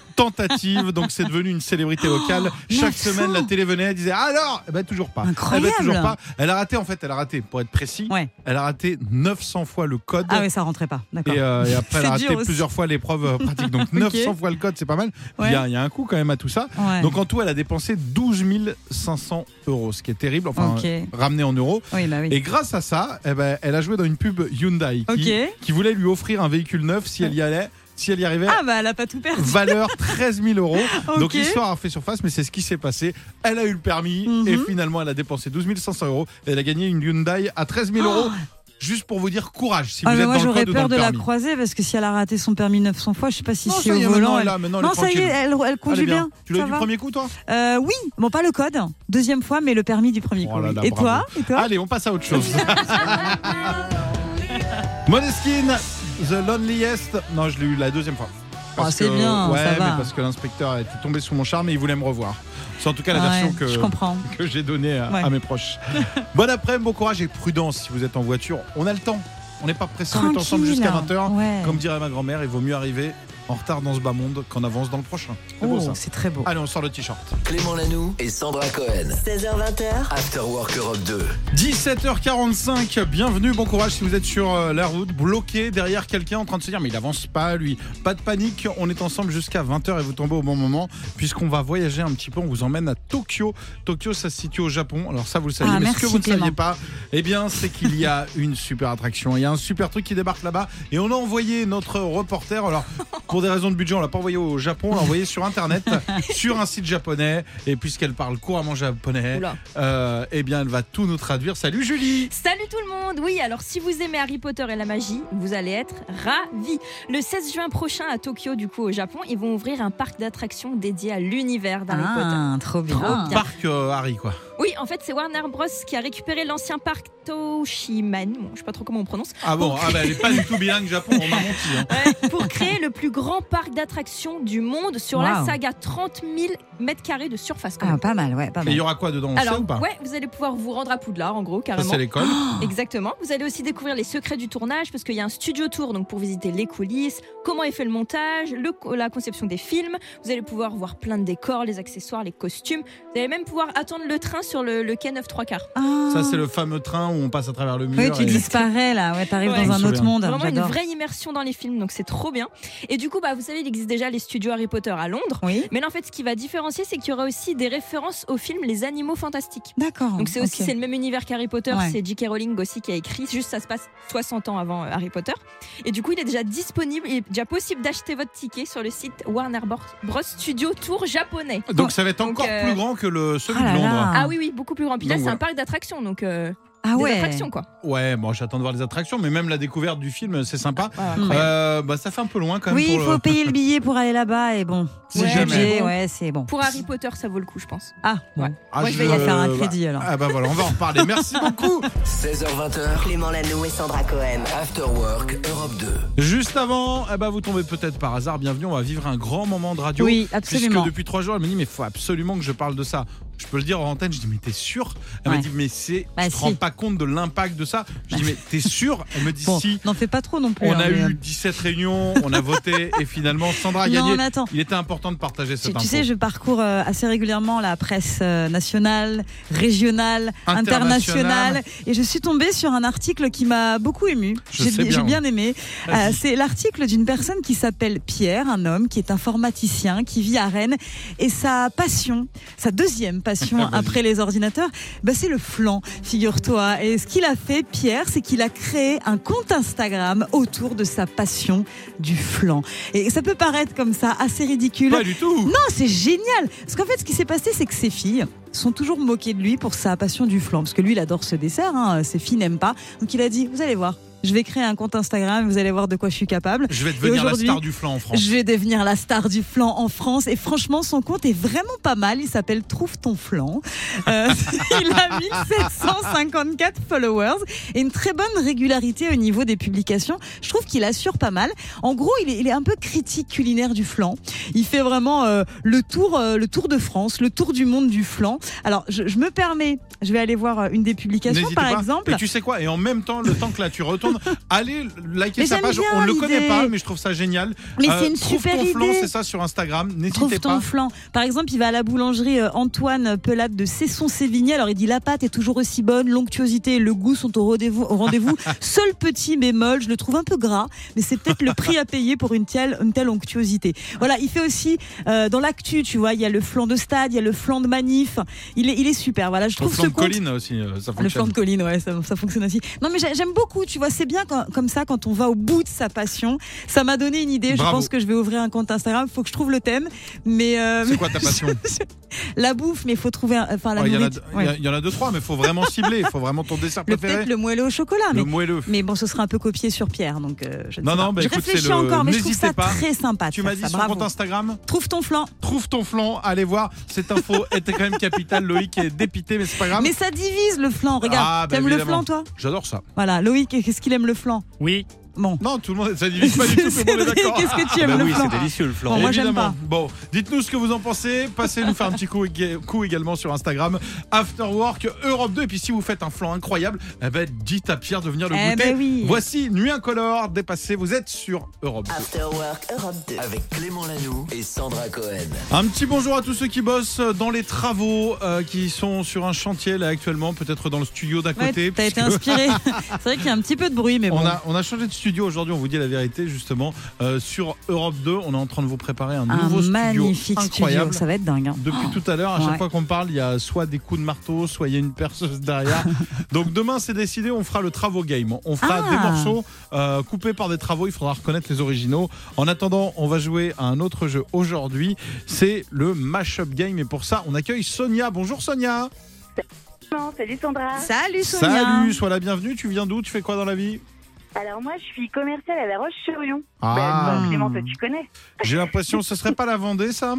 [SPEAKER 2] Oh,
[SPEAKER 1] tentatives, donc c'est devenu une célébrité locale. Chaque
[SPEAKER 2] 900.
[SPEAKER 1] semaine, la télé venait, elle disait alors Eh ben, toujours pas.
[SPEAKER 2] Incroyable.
[SPEAKER 1] Eh ben, toujours pas. Elle a raté, en fait, elle a raté, pour être précis,
[SPEAKER 2] Ouais.
[SPEAKER 1] elle a raté 900 fois le code.
[SPEAKER 2] Ah oui, ça rentrait pas, d'accord.
[SPEAKER 1] Et, euh, et après, elle a
[SPEAKER 2] C'est
[SPEAKER 1] raté
[SPEAKER 2] dur aussi.
[SPEAKER 1] plusieurs fois l'épreuve euh, pratique. Donc, 900 fois le code, c'est pas mal. Puis, Il y, a- il y a un coût quand même à tout ça.
[SPEAKER 2] Ouais.
[SPEAKER 1] Donc, en tout, elle a dépensé 12 500 euros, ce qui est terrible. Enfin,
[SPEAKER 2] Ok.
[SPEAKER 1] euh, ramené en euros.
[SPEAKER 2] oui, bah oui.
[SPEAKER 1] Et grâce à ça, eh ben, elle a joué dans une pub Hyundai qui,
[SPEAKER 2] Ok.
[SPEAKER 1] qui voulait lui offrir un véhicule neuf si elle y allait, si elle y arrivait.
[SPEAKER 2] Ah bah elle a pas tout perdu.
[SPEAKER 1] Valeur 13 000 euros. Donc
[SPEAKER 2] Ok.
[SPEAKER 1] l'histoire a fait surface, mais c'est ce qui s'est passé. Elle a eu le permis
[SPEAKER 2] Mhm.
[SPEAKER 1] et finalement elle a dépensé 12 500 euros. Et elle a gagné une Hyundai à 13 000 euros. Juste pour vous dire courage si
[SPEAKER 2] Oh. Ah,
[SPEAKER 1] vous
[SPEAKER 2] mais
[SPEAKER 1] êtes
[SPEAKER 2] moi
[SPEAKER 1] dans le
[SPEAKER 2] j'aurais
[SPEAKER 1] code ou dans
[SPEAKER 2] peur
[SPEAKER 1] le
[SPEAKER 2] de la
[SPEAKER 1] permis.
[SPEAKER 2] croiser parce que si elle a raté son permis 900 fois, je sais pas si
[SPEAKER 1] Non,
[SPEAKER 2] c'est
[SPEAKER 1] ça y est,
[SPEAKER 2] au
[SPEAKER 1] maintenant,
[SPEAKER 2] volant.
[SPEAKER 1] elle
[SPEAKER 2] elle-
[SPEAKER 1] a- maintenant, elle
[SPEAKER 2] non,
[SPEAKER 1] est
[SPEAKER 2] ça y est,
[SPEAKER 1] tranquille.
[SPEAKER 2] elle, elle
[SPEAKER 1] Allez
[SPEAKER 2] conduit bien.
[SPEAKER 1] Tu l'as
[SPEAKER 2] ça
[SPEAKER 1] eu du
[SPEAKER 2] va.
[SPEAKER 1] premier coup toi
[SPEAKER 2] Euh, Oui, bon pas le code, deuxième fois, mais le permis du premier
[SPEAKER 1] Oh
[SPEAKER 2] coup.
[SPEAKER 1] là
[SPEAKER 2] oui.
[SPEAKER 1] là,
[SPEAKER 2] et,
[SPEAKER 1] bravo.
[SPEAKER 2] toi et toi
[SPEAKER 1] Allez, on passe à autre chose. Moneskin, The Loneliest. Non, je l'ai eu la deuxième fois. Parce
[SPEAKER 2] Oh, c'est
[SPEAKER 1] que-
[SPEAKER 2] bien,
[SPEAKER 1] ouais,
[SPEAKER 2] ça
[SPEAKER 1] mais
[SPEAKER 2] va.
[SPEAKER 1] parce que l'inspecteur était tombé sous mon charme et il voulait me revoir. C'est en tout cas la
[SPEAKER 2] Ah ouais,
[SPEAKER 1] version que
[SPEAKER 2] Je comprends.
[SPEAKER 1] que j'ai donnée à,
[SPEAKER 2] Ouais.
[SPEAKER 1] à mes proches. bon après, bon courage et prudence si vous êtes en voiture. On a le temps. On n'est pas pressé, on est ensemble
[SPEAKER 2] Tranquille,
[SPEAKER 1] jusqu'à
[SPEAKER 2] hein.
[SPEAKER 1] 20h.
[SPEAKER 2] Ouais.
[SPEAKER 1] Comme dirait ma grand-mère, il vaut mieux arriver en retard dans ce bas monde qu'en avance dans le prochain. C'est beau
[SPEAKER 2] Oh,
[SPEAKER 1] ça.
[SPEAKER 2] c'est très beau.
[SPEAKER 1] Allez, on sort le t-shirt.
[SPEAKER 5] Clément Lanoux et Sandra Cohen.
[SPEAKER 4] 16h20h,
[SPEAKER 5] After Work Europe 2.
[SPEAKER 1] 17h45, bienvenue, bon courage si vous êtes sur euh, la route, bloqué derrière quelqu'un en train de se dire mais il avance pas lui. Pas de panique, on est ensemble jusqu'à 20h et vous tombez au bon moment puisqu'on va voyager un petit peu, on vous emmène à Tokyo. Tokyo ça se situe au Japon, alors ça vous le saviez,
[SPEAKER 2] Ah,
[SPEAKER 1] mais ce
[SPEAKER 2] merci,
[SPEAKER 1] que vous ne
[SPEAKER 2] Clément.
[SPEAKER 1] saviez pas, eh bien c'est qu'il y a une super attraction, il y a un super truc qui débarque là-bas et on a envoyé notre reporter, alors pour des raisons de budget on l'a pas envoyé au Japon, on l'a envoyé sur internet, sur un site japonais et puisqu'elle parle couramment japonais,
[SPEAKER 9] Oula.
[SPEAKER 1] euh, eh bien elle va tout nous traduire. Salut Julie
[SPEAKER 9] Salut tout le monde Oui, alors si vous aimez Harry Potter et la magie, vous allez être ravis. Le 16 juin prochain à Tokyo, du coup au Japon, ils vont ouvrir un parc d'attractions dédié à l'univers d'Harry Potter.
[SPEAKER 2] Ah, trop bien.
[SPEAKER 9] Trop bien.
[SPEAKER 1] Parc euh, Harry quoi.
[SPEAKER 9] Oui, en fait, c'est Warner Bros qui a récupéré l'ancien parc Toshiman, bon, je sais pas trop comment on prononce,
[SPEAKER 1] Ah bon, ah bah, elle est pas du tout bilingue Japon, on m'a menti. hein.
[SPEAKER 9] Ouais, pour créer le plus grand parc d'attractions du monde sur la
[SPEAKER 2] Wow.
[SPEAKER 9] saga 30 000 mètres carrés de surface. quand
[SPEAKER 2] Ah,
[SPEAKER 9] même.
[SPEAKER 2] pas mal, ouais, pas
[SPEAKER 1] Et il
[SPEAKER 2] mal.
[SPEAKER 1] y aura quoi dedans, on sait
[SPEAKER 9] Alors,
[SPEAKER 1] ou pas
[SPEAKER 9] ouais, vous allez pouvoir vous rendre à Poudlard, en gros,
[SPEAKER 1] Ça,
[SPEAKER 9] carrément.
[SPEAKER 1] c'est l'école.
[SPEAKER 9] Exactement. Vous allez aussi découvrir les secrets du tournage parce qu'il y a un studio tour donc pour visiter les coulisses, comment est fait le montage, le co- la conception des films. Vous allez pouvoir voir plein de décors, les accessoires, les costumes. Vous allez même pouvoir attendre le train sur le, le quai 9 3 quarts.
[SPEAKER 2] Ah.
[SPEAKER 1] Ça, c'est le fameux train où on passe à travers le mur.
[SPEAKER 2] Oui, tu
[SPEAKER 1] et-
[SPEAKER 2] disparais là, ouais, t'arrives
[SPEAKER 9] Ouais.
[SPEAKER 2] dans
[SPEAKER 1] Je
[SPEAKER 2] un
[SPEAKER 1] me
[SPEAKER 2] autre
[SPEAKER 1] souviens.
[SPEAKER 2] monde.
[SPEAKER 9] Vraiment une
[SPEAKER 2] J'adore.
[SPEAKER 9] vraie immersion dans les films donc c'est trop bien. Et du coup bah vous savez il existe déjà les studios Harry Potter à Londres.
[SPEAKER 2] Oui,
[SPEAKER 9] Mais là en fait ce qui va différencier c'est qu'il y aura aussi des références au film Les Animaux Fantastiques.
[SPEAKER 2] d'accord.
[SPEAKER 9] Donc c'est aussi
[SPEAKER 2] Oh, ok.
[SPEAKER 9] c'est le même univers qu'Harry Potter,
[SPEAKER 2] Ouais.
[SPEAKER 9] c'est J.K. Rowling aussi qui a écrit. Juste ça se passe 60 ans avant euh, Harry Potter. Et du coup, il est déjà disponible, il est déjà possible d'acheter votre ticket sur le site Warner Bros. Bros Studio Tour japonais.
[SPEAKER 1] Ah, Donc, ça va être
[SPEAKER 9] Donc,
[SPEAKER 1] encore
[SPEAKER 9] euh,
[SPEAKER 1] plus grand que le celui
[SPEAKER 2] Ah là
[SPEAKER 1] de Londres.
[SPEAKER 2] là.
[SPEAKER 9] Ah oui oui, beaucoup plus grand. Puis là,
[SPEAKER 1] Donc
[SPEAKER 9] c'est
[SPEAKER 1] voilà.
[SPEAKER 9] un parc d'attractions donc euh,
[SPEAKER 2] Ah
[SPEAKER 9] des
[SPEAKER 2] ouais.
[SPEAKER 9] attractions quoi.
[SPEAKER 1] Ouais, bon, j'attends de voir les attractions, mais même la découverte du film, c'est sympa.
[SPEAKER 2] Mm.
[SPEAKER 1] Euh, bah, ça fait un peu loin quand même.
[SPEAKER 2] Oui, il
[SPEAKER 1] pour
[SPEAKER 2] faut
[SPEAKER 1] le-
[SPEAKER 2] payer le billet pour aller là-bas et bon,
[SPEAKER 1] Si
[SPEAKER 2] le
[SPEAKER 1] jamais.
[SPEAKER 2] budget, ouais, c'est bon.
[SPEAKER 9] Pour Harry Potter, ça vaut le coup, je pense.
[SPEAKER 2] Ah,
[SPEAKER 9] Ouais.
[SPEAKER 2] bon.
[SPEAKER 1] Ah,
[SPEAKER 2] Moi, je vais y faire un
[SPEAKER 1] bah,
[SPEAKER 2] crédit, alors.
[SPEAKER 1] Ah bah voilà, on va en reparler. Merci beaucoup.
[SPEAKER 5] 16h20h.
[SPEAKER 4] Clément Lanoux et Sandra Cohen.
[SPEAKER 5] After Work Europe 2.
[SPEAKER 1] Juste avant, eh ben, vous tombez peut-être par hasard. Bienvenue, on va vivre un grand moment de radio.
[SPEAKER 2] Oui,
[SPEAKER 1] Puisque
[SPEAKER 2] absolument.
[SPEAKER 1] depuis trois jours, elle me dit, mais faut absolument que je parle de ça. Je peux le dire en antenne. Je dis, mais t'es sûr Elle
[SPEAKER 2] Ouais.
[SPEAKER 1] me dit, mais c'est.
[SPEAKER 2] Bah,
[SPEAKER 1] tu te
[SPEAKER 2] si. Bah.
[SPEAKER 1] rends pas compte de l'impact de ça Je dis, mais t'es sûr Elle me dit,
[SPEAKER 2] Bon,
[SPEAKER 1] si.
[SPEAKER 2] n'en fais pas trop non plus.
[SPEAKER 1] On
[SPEAKER 2] hein,
[SPEAKER 1] a
[SPEAKER 2] mais, euh,
[SPEAKER 1] eu 17 réunions, on a voté et finalement Sandra a
[SPEAKER 2] Non,
[SPEAKER 1] gagné.
[SPEAKER 2] mais attends.
[SPEAKER 1] Il était important de partager
[SPEAKER 2] Tu,
[SPEAKER 1] cette
[SPEAKER 2] tu
[SPEAKER 1] info.
[SPEAKER 2] sais, je parcours euh, assez régulièrement la presse euh, nationale, régionale,
[SPEAKER 1] Internationale.
[SPEAKER 2] internationale, et je suis tombée sur un article qui m'a beaucoup ému.
[SPEAKER 1] Je
[SPEAKER 2] J'ai
[SPEAKER 1] sais bien.
[SPEAKER 2] j'ai bien aimé. Euh, C'est l'article d'une personne qui s'appelle Pierre, un homme qui est informaticien, qui vit à Rennes, et sa passion, sa deuxième passion
[SPEAKER 1] Ah, Vas-y.
[SPEAKER 2] après les ordinateurs, bah, c'est le flan, figure-toi. Et ce qu'il a fait, Pierre, c'est qu'il a créé un compte Instagram autour de sa passion du flan. Et ça peut paraître comme ça assez ridicule.
[SPEAKER 1] Pas du tout.
[SPEAKER 2] Non, c'est génial Parce qu'en fait, ce qui s'est passé, c'est que ses filles sont toujours moquées de lui pour sa passion du flan. Parce que lui, il adore ce dessert, hein, ses filles n'aiment pas. Donc il a dit, vous allez voir, je vais créer un compte Instagram, et vous allez voir de quoi je suis capable.
[SPEAKER 1] Je vais devenir la
[SPEAKER 2] aujourd'hui,
[SPEAKER 1] star du flanc en France.
[SPEAKER 2] Je vais devenir la star du flan en France. Et franchement, son compte est vraiment pas mal. Il s'appelle Trouve ton flan. Euh, il a 1754 followers et une très bonne régularité au niveau des publications. Je trouve qu'il assure pas mal. En gros, il est, il est un peu critique culinaire du flan. Il fait vraiment euh, le tour, euh, le tour de France, le tour du monde du flan. Alors, je, je me permets, je vais aller voir euh, une des publications,
[SPEAKER 1] N'hésitez
[SPEAKER 2] par
[SPEAKER 1] pas.
[SPEAKER 2] exemple.
[SPEAKER 1] Et tu sais quoi Et en même temps, le temps que là tu retournes, allez liker
[SPEAKER 2] Mais
[SPEAKER 1] sa
[SPEAKER 2] j'aime
[SPEAKER 1] page.
[SPEAKER 2] bien
[SPEAKER 1] On ne le connaît
[SPEAKER 2] l'idée.
[SPEAKER 1] pas, mais je trouve ça génial. Euh,
[SPEAKER 2] Mais c'est une
[SPEAKER 1] trouve
[SPEAKER 2] super
[SPEAKER 1] ton flanc,
[SPEAKER 2] idée.
[SPEAKER 1] c'est ça sur Instagram. N'hésitez
[SPEAKER 2] Trouve ton
[SPEAKER 1] pas.
[SPEAKER 2] flan. Par exemple, il va à la boulangerie euh, Antoine Pelade de Cesson-Sévigné. Alors, il dit la pâte est toujours aussi bonne, l'onctuosité et le goût sont au rendez-vous. au rendez-vous. Seul petit bémol, je le trouve un peu gras, mais c'est peut-être le prix à payer pour une telle, une telle onctuosité. Voilà, il fait aussi euh, dans l'actu, tu vois, il y a le flan de stade, il y a le flan de manif. Il est, il est super. Voilà, je
[SPEAKER 1] Ton
[SPEAKER 2] trouve
[SPEAKER 1] flanc
[SPEAKER 2] ce
[SPEAKER 1] de
[SPEAKER 2] compte
[SPEAKER 1] colline aussi, euh, ça
[SPEAKER 2] le flanc
[SPEAKER 1] fonctionne.
[SPEAKER 2] de colline, ouais, ça, ça fonctionne aussi. Non, mais j'ai- j'aime beaucoup, tu vois, c'est bien quand- comme ça quand on va au bout de sa passion. Ça m'a donné une idée.
[SPEAKER 1] Bravo.
[SPEAKER 2] Je pense que je vais ouvrir un compte Instagram. Faut que je trouve le thème, mais euh,
[SPEAKER 1] C'est quoi ta passion
[SPEAKER 2] la bouffe, mais faut trouver, un- enfin la
[SPEAKER 1] Oh, Il y en a
[SPEAKER 2] nourriture.
[SPEAKER 1] il y a- il y en a deux, trois, mais il faut vraiment cibler. Il faut vraiment ton dessert
[SPEAKER 2] Le
[SPEAKER 1] préféré.
[SPEAKER 2] peut-être le moelleux au chocolat, mais.
[SPEAKER 1] Le moelleux.
[SPEAKER 2] Mais bon, ce sera un peu copié sur Pierre, donc euh, je ne
[SPEAKER 1] Non,
[SPEAKER 2] sais
[SPEAKER 1] non,
[SPEAKER 2] pas.
[SPEAKER 1] bah,
[SPEAKER 2] je
[SPEAKER 1] écoute, c'est
[SPEAKER 2] réfléchis
[SPEAKER 1] le-
[SPEAKER 2] encore, mais je trouve
[SPEAKER 1] n'hésitez
[SPEAKER 2] ça
[SPEAKER 1] pas.
[SPEAKER 2] très sympa. de
[SPEAKER 1] Tu
[SPEAKER 2] faire
[SPEAKER 1] m'as dit
[SPEAKER 2] ça.
[SPEAKER 1] son
[SPEAKER 2] Bravo.
[SPEAKER 1] compte Instagram
[SPEAKER 2] Trouve ton flanc.
[SPEAKER 1] Trouve ton flanc, allez voir. Cette info était quand même capitale. Loïc est dépité, mais c'est pas grave.
[SPEAKER 2] Mais ça divise le flan. Regarde,
[SPEAKER 1] Ah, bah,
[SPEAKER 2] t'aimes le
[SPEAKER 1] évidemment.
[SPEAKER 2] flan, toi
[SPEAKER 1] J'adore ça.
[SPEAKER 2] Voilà, Loïc, qu'est-ce qu'il aime le flan
[SPEAKER 10] Oui,
[SPEAKER 2] Bon.
[SPEAKER 1] Non, tout le monde, ça divise pas du tout, tout le monde est
[SPEAKER 2] Cédric,
[SPEAKER 1] d'accord. Ah,
[SPEAKER 2] qu'est-ce que tu aimes
[SPEAKER 3] Bah
[SPEAKER 2] le
[SPEAKER 3] oui,
[SPEAKER 2] flan
[SPEAKER 3] c'est délicieux le flan.
[SPEAKER 2] Bon, moi, j'aime
[SPEAKER 1] Évidemment.
[SPEAKER 2] pas.
[SPEAKER 1] Bon, dites-nous ce que vous en pensez. Passez nous faire un petit coup, ég- coup également sur Instagram. Afterwork Europe 2. Et puis si vous faites un flan incroyable, eh ben, dites à Pierre de venir le
[SPEAKER 2] Eh
[SPEAKER 1] goûter.
[SPEAKER 2] ben oui.
[SPEAKER 1] Voici Nuit Incolore. Dépassé, vous êtes sur Europe 2.
[SPEAKER 4] Afterwork Europe 2.
[SPEAKER 5] Avec Clément Lanoux et Sandra Cohen.
[SPEAKER 1] Un petit bonjour à tous ceux qui bossent dans les travaux, euh, qui sont sur un chantier là actuellement, peut-être dans le studio d'à
[SPEAKER 2] Ouais,
[SPEAKER 1] côté.
[SPEAKER 2] T'as été
[SPEAKER 1] puisque-
[SPEAKER 2] inspiré. c'est vrai qu'il y a un petit peu de bruit, mais bon.
[SPEAKER 1] On a, on a changé de studio aujourd'hui, on vous dit la vérité justement. Euh, sur Europe 2, on est en train de vous préparer un
[SPEAKER 2] un
[SPEAKER 1] nouveau
[SPEAKER 2] magnifique
[SPEAKER 1] studio incroyable.
[SPEAKER 2] studio. Ça va être dingue. hein.
[SPEAKER 1] Depuis tout à l'heure, à chaque
[SPEAKER 2] ouais.
[SPEAKER 1] fois qu'on parle, il y a soit des coups de marteau, soit il y a une perceuse derrière. Donc demain, c'est décidé, on fera le travaux game. On fera
[SPEAKER 2] Ah.
[SPEAKER 1] des morceaux euh, coupés par des travaux, il faudra reconnaître les originaux. En attendant, on va jouer à un autre jeu aujourd'hui, c'est le mashup game. Et pour ça, on accueille Sonia. Bonjour Sonia.
[SPEAKER 10] Non, salut Sandra.
[SPEAKER 2] Salut Sonia.
[SPEAKER 1] Salut, sois la bienvenue. Tu viens d'où Tu fais quoi dans la vie
[SPEAKER 10] Alors moi, je suis commerciale à La Roche-sur-Yon.
[SPEAKER 1] Ah,
[SPEAKER 10] Ben, toi, Clément, toi, tu connais.
[SPEAKER 1] j'ai l'impression ce serait pas la Vendée, ça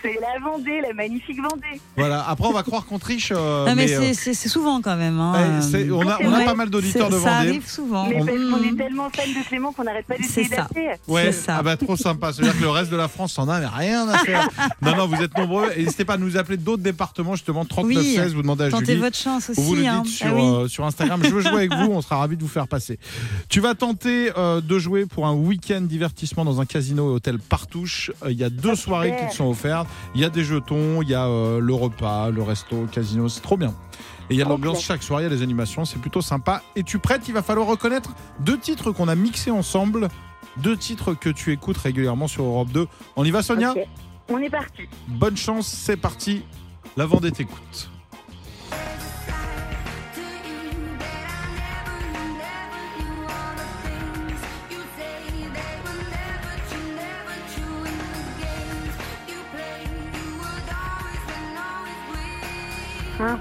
[SPEAKER 10] C'est la Vendée, la magnifique Vendée.
[SPEAKER 2] Oh.
[SPEAKER 1] Voilà. Après, on va croire qu'on triche. euh,
[SPEAKER 2] Non, mais,
[SPEAKER 1] mais, euh,
[SPEAKER 2] c'est- c'est c'est souvent quand même.
[SPEAKER 1] eh,
[SPEAKER 2] hein.
[SPEAKER 1] c'est- on a,
[SPEAKER 10] c'est
[SPEAKER 1] on a
[SPEAKER 10] vrai.
[SPEAKER 1] pas mal d'auditeurs
[SPEAKER 2] C'est-
[SPEAKER 1] de
[SPEAKER 2] Ça
[SPEAKER 1] Vendée.
[SPEAKER 2] arrive souvent.
[SPEAKER 10] Mais
[SPEAKER 1] On-
[SPEAKER 10] parce qu'on est tellement fan de Clément qu'on n'arrête pas d'essayer
[SPEAKER 2] Mm. C'est ça.
[SPEAKER 10] d'appeler.
[SPEAKER 1] Ouais,
[SPEAKER 2] C'est ça.
[SPEAKER 1] ah bah trop sympa. C'est-à-dire que le reste de la France en a mais rien à faire. Non, non, vous êtes nombreux. Et N'hésitez pas à nous appeler d'autres départements, justement, 39
[SPEAKER 2] Oui.
[SPEAKER 1] 16, vous demandez à
[SPEAKER 2] Tentez
[SPEAKER 1] Julie.
[SPEAKER 2] votre chance aussi.
[SPEAKER 1] Ou vous nous dites
[SPEAKER 2] hein.
[SPEAKER 1] sur,
[SPEAKER 2] Ah oui.
[SPEAKER 1] euh, sur Instagram, je veux jouer avec vous, on sera ravis de vous faire passer. Tu vas tenter euh, de jouer pour un week-end divertissement dans un casino et hôtel Partouche. Euh, Il y a deux soirées qui te sont offertes. Il y a des jetons, il y a euh, le repas, le resto, le casino, c'est trop bien. Et il y a de l'ambiance chaque soir, il y a des animations, c'est plutôt sympa. Et tu prêtes, il va falloir reconnaître deux titres qu'on a mixés ensemble, deux titres que tu écoutes régulièrement sur Europe 2. On y va Sonia
[SPEAKER 10] Ok. On est parti.
[SPEAKER 1] Bonne chance, c'est parti. La Vendée t'écoute. euh,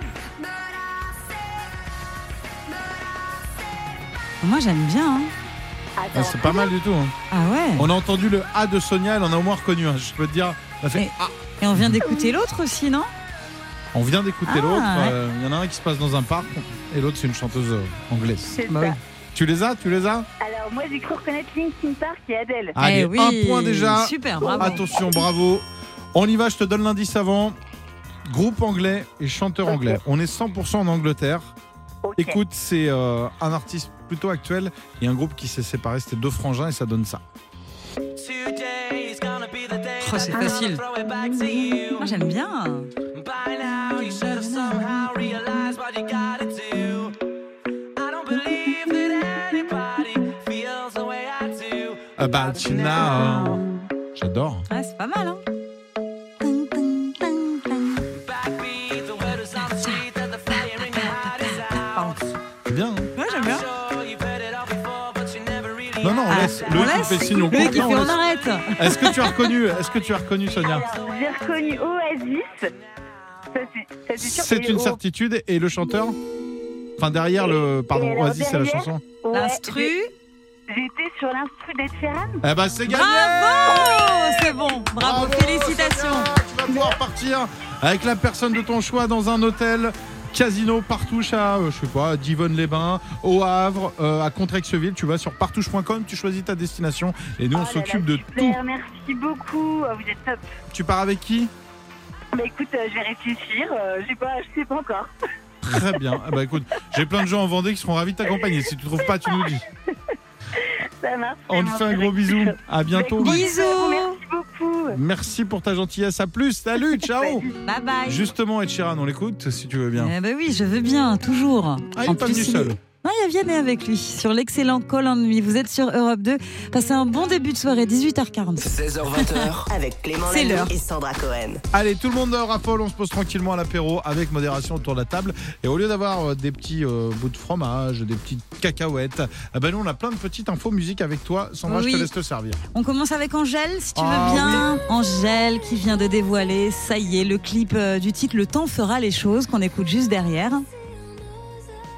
[SPEAKER 2] Moi j'aime bien. hein.
[SPEAKER 10] Attends.
[SPEAKER 1] Ah, c'est pas mal du tout. hein.
[SPEAKER 2] Ah ouais.
[SPEAKER 1] On a entendu le A de Sonia, elle en a au moins reconnu un. Je peux te dire, elle a fait
[SPEAKER 2] Et-
[SPEAKER 1] Ah
[SPEAKER 2] Et on vient d'écouter l'autre aussi, non
[SPEAKER 1] On vient d'écouter
[SPEAKER 2] Ah,
[SPEAKER 1] l'autre.
[SPEAKER 2] ouais.
[SPEAKER 1] euh, Il y en a un qui se passe dans un parc et l'autre, c'est une chanteuse euh, anglaise.
[SPEAKER 10] C'est
[SPEAKER 1] Bah
[SPEAKER 10] ça.
[SPEAKER 1] oui. Tu les as Tu les as
[SPEAKER 10] Alors moi, j'ai cru reconnaître Linkin Park et Adele.
[SPEAKER 1] Allez,
[SPEAKER 2] Eh oui.
[SPEAKER 1] un point déjà.
[SPEAKER 2] Super, bravo.
[SPEAKER 1] Attention, bravo. On y va, je te donne l'indice avant. Groupe anglais et chanteur
[SPEAKER 10] Ok.
[SPEAKER 1] anglais. On est 100% en Angleterre.
[SPEAKER 10] Ok.
[SPEAKER 1] Écoute, c'est euh, un artiste plutôt actuel et un groupe qui s'est séparé. C'était deux frangins et ça donne ça.
[SPEAKER 2] Oh, c'est facile. Moi j'aime bien.
[SPEAKER 1] About you now. J'adore.
[SPEAKER 2] Ouais, c'est pas mal. Hein.
[SPEAKER 1] C'est bien. hein
[SPEAKER 2] Moi j'aime bien.
[SPEAKER 1] Non, non, on
[SPEAKER 2] Ah,
[SPEAKER 1] laisse.
[SPEAKER 2] on
[SPEAKER 1] Loïc qui
[SPEAKER 2] laisse.
[SPEAKER 1] fait signe, on
[SPEAKER 2] Loïc,
[SPEAKER 1] coupe.
[SPEAKER 2] il
[SPEAKER 1] Non,
[SPEAKER 2] fait,
[SPEAKER 1] on
[SPEAKER 2] on
[SPEAKER 1] laisse.
[SPEAKER 2] arrête.
[SPEAKER 1] Est-ce que tu as reconnu Est-ce que tu as reconnu Sonia
[SPEAKER 10] Alors, j'ai reconnu Oasis. Ça, c'est- ça, sûr.
[SPEAKER 1] C'est
[SPEAKER 10] Et
[SPEAKER 1] une
[SPEAKER 10] O-
[SPEAKER 1] certitude et le chanteur Enfin derrière le pardon
[SPEAKER 10] et alors
[SPEAKER 1] Oasis c'est la
[SPEAKER 10] derrière
[SPEAKER 1] chanson.
[SPEAKER 10] Ouais,
[SPEAKER 2] L'instru.
[SPEAKER 10] j'ai- J'étais sur l'instru d'Ed Sheeran.
[SPEAKER 1] Eh ben c'est gagné.
[SPEAKER 2] Bravo C'est bon. Bravo,
[SPEAKER 1] Sonia
[SPEAKER 2] félicitations.
[SPEAKER 1] Tu vas pouvoir partir avec la personne de ton choix dans un hôtel. Casino Partouche à, euh, je sais pas, Divonne-les-Bains, au Havre, euh, à Contrexeville. Tu vas sur partouche.com, tu choisis ta destination et nous
[SPEAKER 10] Oh
[SPEAKER 1] on
[SPEAKER 10] là
[SPEAKER 1] s'occupe
[SPEAKER 10] là,
[SPEAKER 1] de tout.
[SPEAKER 10] super, Merci beaucoup. Oh, Vous êtes top.
[SPEAKER 1] Tu pars avec qui
[SPEAKER 10] Bah écoute, euh, je vais réfléchir. Euh, j'ai pas, je sais pas encore.
[SPEAKER 1] Très bien. Eh ben, écoute, j'ai plein de gens en Vendée qui seront ravis de t'accompagner. Si tu trouves pas, tu nous dis.
[SPEAKER 10] Ça marche.
[SPEAKER 1] On te
[SPEAKER 10] Clément,
[SPEAKER 1] fait un
[SPEAKER 10] c'est
[SPEAKER 1] gros
[SPEAKER 10] vrai.
[SPEAKER 1] bisou. À bientôt.
[SPEAKER 10] Bah, écoute,
[SPEAKER 2] Bisous.
[SPEAKER 10] Merci beaucoup.
[SPEAKER 1] Merci pour ta gentillesse. À plus. Salut. Ciao.
[SPEAKER 2] Bye bye.
[SPEAKER 1] Justement, Ed Sheeran, on l'écoute si tu veux bien.
[SPEAKER 2] Eh ben oui, je veux bien, toujours.
[SPEAKER 1] Ah, il est pas venu
[SPEAKER 2] il-
[SPEAKER 1] seul.
[SPEAKER 2] Non, il y a Vianney avec lui sur l'excellent Call on Me. Vous êtes sur Europe 2. Passez un bon début de soirée, 18h45.
[SPEAKER 5] 16h20h.
[SPEAKER 4] Avec Clément
[SPEAKER 2] C'est l'heure.
[SPEAKER 4] Lanoux et Sandra Cohen.
[SPEAKER 1] Allez, tout le monde raffole, on se pose tranquillement à l'apéro avec modération autour de la table. Et au lieu d'avoir euh, des petits euh, bouts de fromage, des petites cacahuètes, eh ben nous on a plein de petites infos musique avec toi. Sandra, je te
[SPEAKER 2] Oui.
[SPEAKER 1] laisse te servir.
[SPEAKER 2] On commence avec Angèle, si tu
[SPEAKER 1] Ah
[SPEAKER 2] veux bien. Angèle qui vient de dévoiler, ça y est, le clip euh, du titre Le temps fera les choses qu'on écoute juste derrière.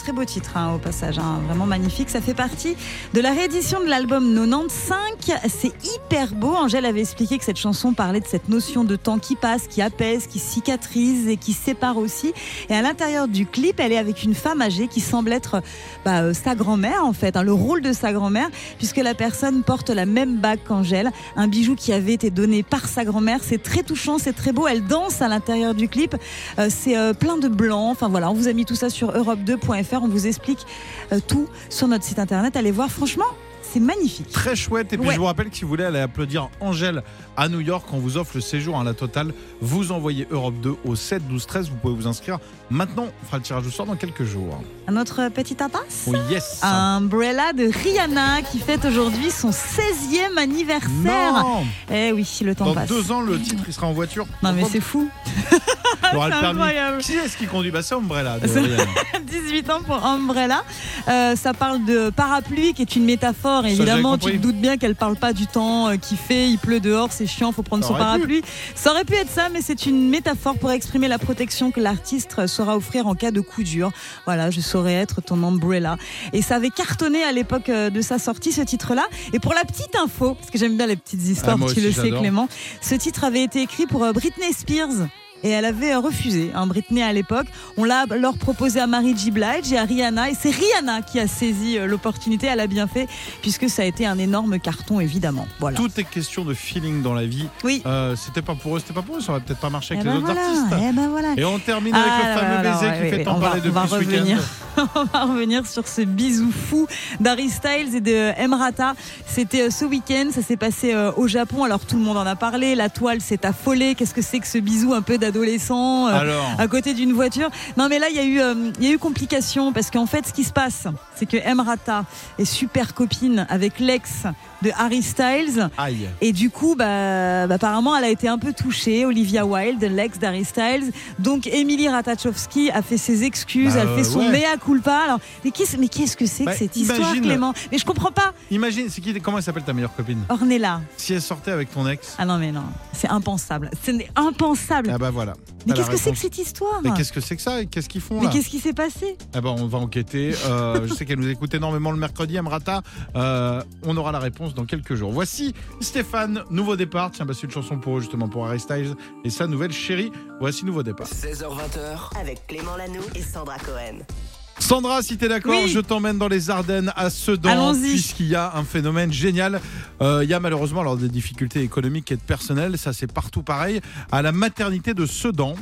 [SPEAKER 2] très beau titre hein, au passage, hein, vraiment magnifique. Ça fait partie de la réédition de l'album 95. C'est hyper beau. Angèle avait expliqué que cette chanson parlait de cette notion de temps qui passe, qui apaise, qui cicatrise et qui sépare aussi. Et à l'intérieur du clip, elle est avec une femme âgée qui semble être bah, euh, sa grand-mère en fait, hein, le rôle de sa grand-mère, puisque la personne porte la même bague qu'Angèle, un bijou qui avait été donné par sa grand-mère. C'est très touchant, c'est très beau. Elle danse à l'intérieur du clip. Euh, c'est euh, plein de blanc. Enfin voilà, on vous a mis tout ça sur europe2.fr. On vous explique euh, tout sur notre site internet. Allez voir, franchement, c'est magnifique.
[SPEAKER 1] Très chouette. Et puis
[SPEAKER 2] Ouais.
[SPEAKER 1] je vous rappelle que si vous voulez aller applaudir Angèle à New York, on vous offre le séjour à la totale. Vous envoyez Europe 2 au 7 12 13. Vous pouvez vous inscrire maintenant. On fera le tirage au sort dans quelques jours.
[SPEAKER 2] Un autre petit impasse
[SPEAKER 1] Oui, yes.
[SPEAKER 2] Umbrella de Rihanna qui fête aujourd'hui son 16e anniversaire.
[SPEAKER 1] non
[SPEAKER 2] Eh oui, le temps
[SPEAKER 1] Dans
[SPEAKER 2] passe.
[SPEAKER 1] deux ans, le titre, il sera en voiture.
[SPEAKER 2] Non mais
[SPEAKER 1] Pourquoi
[SPEAKER 2] c'est fou.
[SPEAKER 1] Il aura
[SPEAKER 2] Ah, c'est
[SPEAKER 1] le permis.
[SPEAKER 2] incroyable.
[SPEAKER 1] Qui est-ce qui conduit Bah, c'est Umbrella. de
[SPEAKER 2] C'est-
[SPEAKER 1] Rihanna.
[SPEAKER 2] 18 ans pour Umbrella. Euh, ça parle de parapluie qui est une métaphore. Évidemment, tu te
[SPEAKER 1] compris.
[SPEAKER 2] doutes bien qu'elle parle pas du temps euh, qui fait, il pleut dehors, c'est chiant, faut prendre
[SPEAKER 1] Ça
[SPEAKER 2] son
[SPEAKER 1] aurait pu.
[SPEAKER 2] parapluie. Ça aurait pu être ça, mais c'est une métaphore pour exprimer la protection que l'artiste saura offrir en cas de coup dur. Voilà, je saurais être ton Umbrella. Et ça avait cartonné à l'époque euh, de sa sortie, ce titre-là. Et pour la petite info, parce que j'aime bien les petites histoires,
[SPEAKER 1] Ah, moi
[SPEAKER 2] tu le
[SPEAKER 1] aussi,
[SPEAKER 2] sais,
[SPEAKER 1] j'adore.
[SPEAKER 2] Clément, ce titre avait été écrit pour euh, Britney Spears. Et elle avait euh, refusé, hein, Britney à l'époque. On l'a alors proposé à Mary J. Blige et à Rihanna. Et c'est Rihanna qui a saisi euh, l'opportunité. Elle a bien fait, puisque ça a été un énorme carton, évidemment. Voilà.
[SPEAKER 1] Tout est question de feeling dans la vie.
[SPEAKER 2] Oui.
[SPEAKER 1] Euh, c'était pas pour eux, c'était pas pour eux. Ça aurait peut-être pas marché
[SPEAKER 2] Eh
[SPEAKER 1] avec
[SPEAKER 2] ben
[SPEAKER 1] les autres
[SPEAKER 2] voilà,
[SPEAKER 1] artistes.
[SPEAKER 2] eh ben voilà.
[SPEAKER 1] Et on termine
[SPEAKER 2] Ah
[SPEAKER 1] avec
[SPEAKER 2] là
[SPEAKER 1] le fameux
[SPEAKER 2] là là,
[SPEAKER 1] baiser
[SPEAKER 2] ouais,
[SPEAKER 1] qui
[SPEAKER 2] ouais,
[SPEAKER 1] fait
[SPEAKER 2] ouais,
[SPEAKER 1] tant
[SPEAKER 2] on va-
[SPEAKER 1] parler
[SPEAKER 2] on va
[SPEAKER 1] depuis ce week-end.
[SPEAKER 2] revenir. on va revenir sur ce bisou fou d'Harry Styles et de Emrata. C'était euh, ce week-end, ça s'est passé euh, au Japon. Alors tout le monde en a parlé. La toile s'est affolée. Qu'est-ce que c'est que ce bisou un peu d'adolescent euh,
[SPEAKER 1] Alors,
[SPEAKER 2] à côté d'une voiture. Non, mais là, il y a eu, euh, il y a eu complication parce qu'en fait, ce qui se passe, c'est que Emrata est super copine avec l'ex de Harry Styles.
[SPEAKER 1] aïe.
[SPEAKER 2] Et du coup, bah, bah, apparemment, elle a été un peu touchée, Olivia Wilde, l'ex d'Harry Styles. Donc, Emily Ratajkowski a fait ses excuses,
[SPEAKER 1] Bah,
[SPEAKER 2] elle fait son
[SPEAKER 1] ouais.
[SPEAKER 2] mea culpa. Alors, mais qu'est-ce mais qu'est-ce que c'est
[SPEAKER 1] Bah,
[SPEAKER 2] que cette histoire,
[SPEAKER 1] imagine.
[SPEAKER 2] Clément Mais je comprends pas.
[SPEAKER 1] Imagine, c'est qui, comment elle s'appelle ta meilleure copine
[SPEAKER 2] Ornella.
[SPEAKER 1] Si elle sortait avec ton ex.
[SPEAKER 2] Ah non, mais non, c'est impensable. Ce n'est impensable.
[SPEAKER 1] Ah bah voilà.
[SPEAKER 2] mais
[SPEAKER 1] T'as la
[SPEAKER 2] qu'est-ce que c'est que
[SPEAKER 1] réponse.
[SPEAKER 2] cette histoire
[SPEAKER 1] Mais qu'est-ce que c'est que ça et qu'est-ce qu'ils font
[SPEAKER 2] Mais
[SPEAKER 1] là
[SPEAKER 2] qu'est-ce qui s'est passé
[SPEAKER 1] Ah bah on va enquêter. Euh, je sais qu'elle nous écoute énormément le mercredi, Amrata. Euh, on aura la réponse dans quelques jours. Voici Stéphane, nouveau départ. Tiens, bah c'est une chanson pour eux justement pour Harry Styles et sa nouvelle chérie. Voici nouveau départ.
[SPEAKER 5] 16h20h,
[SPEAKER 4] Avec Clément Lanoux et Sandra Cohen.
[SPEAKER 1] Sandra, si t'es d'accord,
[SPEAKER 2] Oui.
[SPEAKER 1] je t'emmène dans les Ardennes à Sedan,
[SPEAKER 2] Allons-y.
[SPEAKER 1] puisqu'il y a un phénomène génial. Euh, il y a malheureusement alors des difficultés économiques et de personnel, ça c'est partout pareil, à la maternité de Sedan.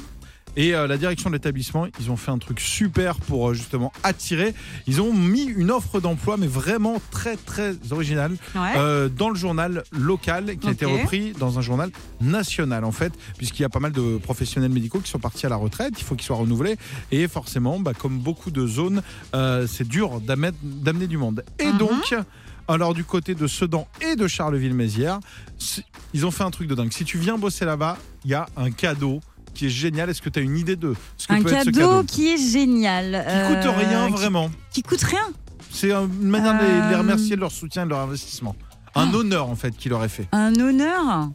[SPEAKER 1] Et euh, la direction de l'établissement, ils ont fait un truc super pour euh, justement attirer. Ils ont mis une offre d'emploi, mais vraiment très très originale.
[SPEAKER 2] Ouais.
[SPEAKER 1] Euh, dans le journal local qui a été
[SPEAKER 2] Ok.
[SPEAKER 1] repris dans un journal national en fait puisqu'il y a pas mal de professionnels médicaux qui sont partis à la retraite il faut qu'ils soient renouvelés et forcément bah, comme beaucoup de zones euh, c'est dur d'amener d'amener du monde et
[SPEAKER 2] Mhm.
[SPEAKER 1] donc alors du côté de Sedan et de Charleville-Mézières si- ils ont fait un truc de dingue si tu viens bosser là-bas il y a un cadeau qui est génial est-ce que tu as une idée de ce que
[SPEAKER 2] un
[SPEAKER 1] peut être ce
[SPEAKER 2] cadeau,
[SPEAKER 1] cadeau qui
[SPEAKER 2] qui est génial. euh,
[SPEAKER 1] coûte rien
[SPEAKER 2] qui-
[SPEAKER 1] vraiment
[SPEAKER 2] Qui, coûte rien.
[SPEAKER 1] c'est une manière de les- de les
[SPEAKER 2] Euh, Ah.
[SPEAKER 1] remercier de leur soutien et de leur investissement un honneur en fait qu'il leur est fait
[SPEAKER 2] Un honneur.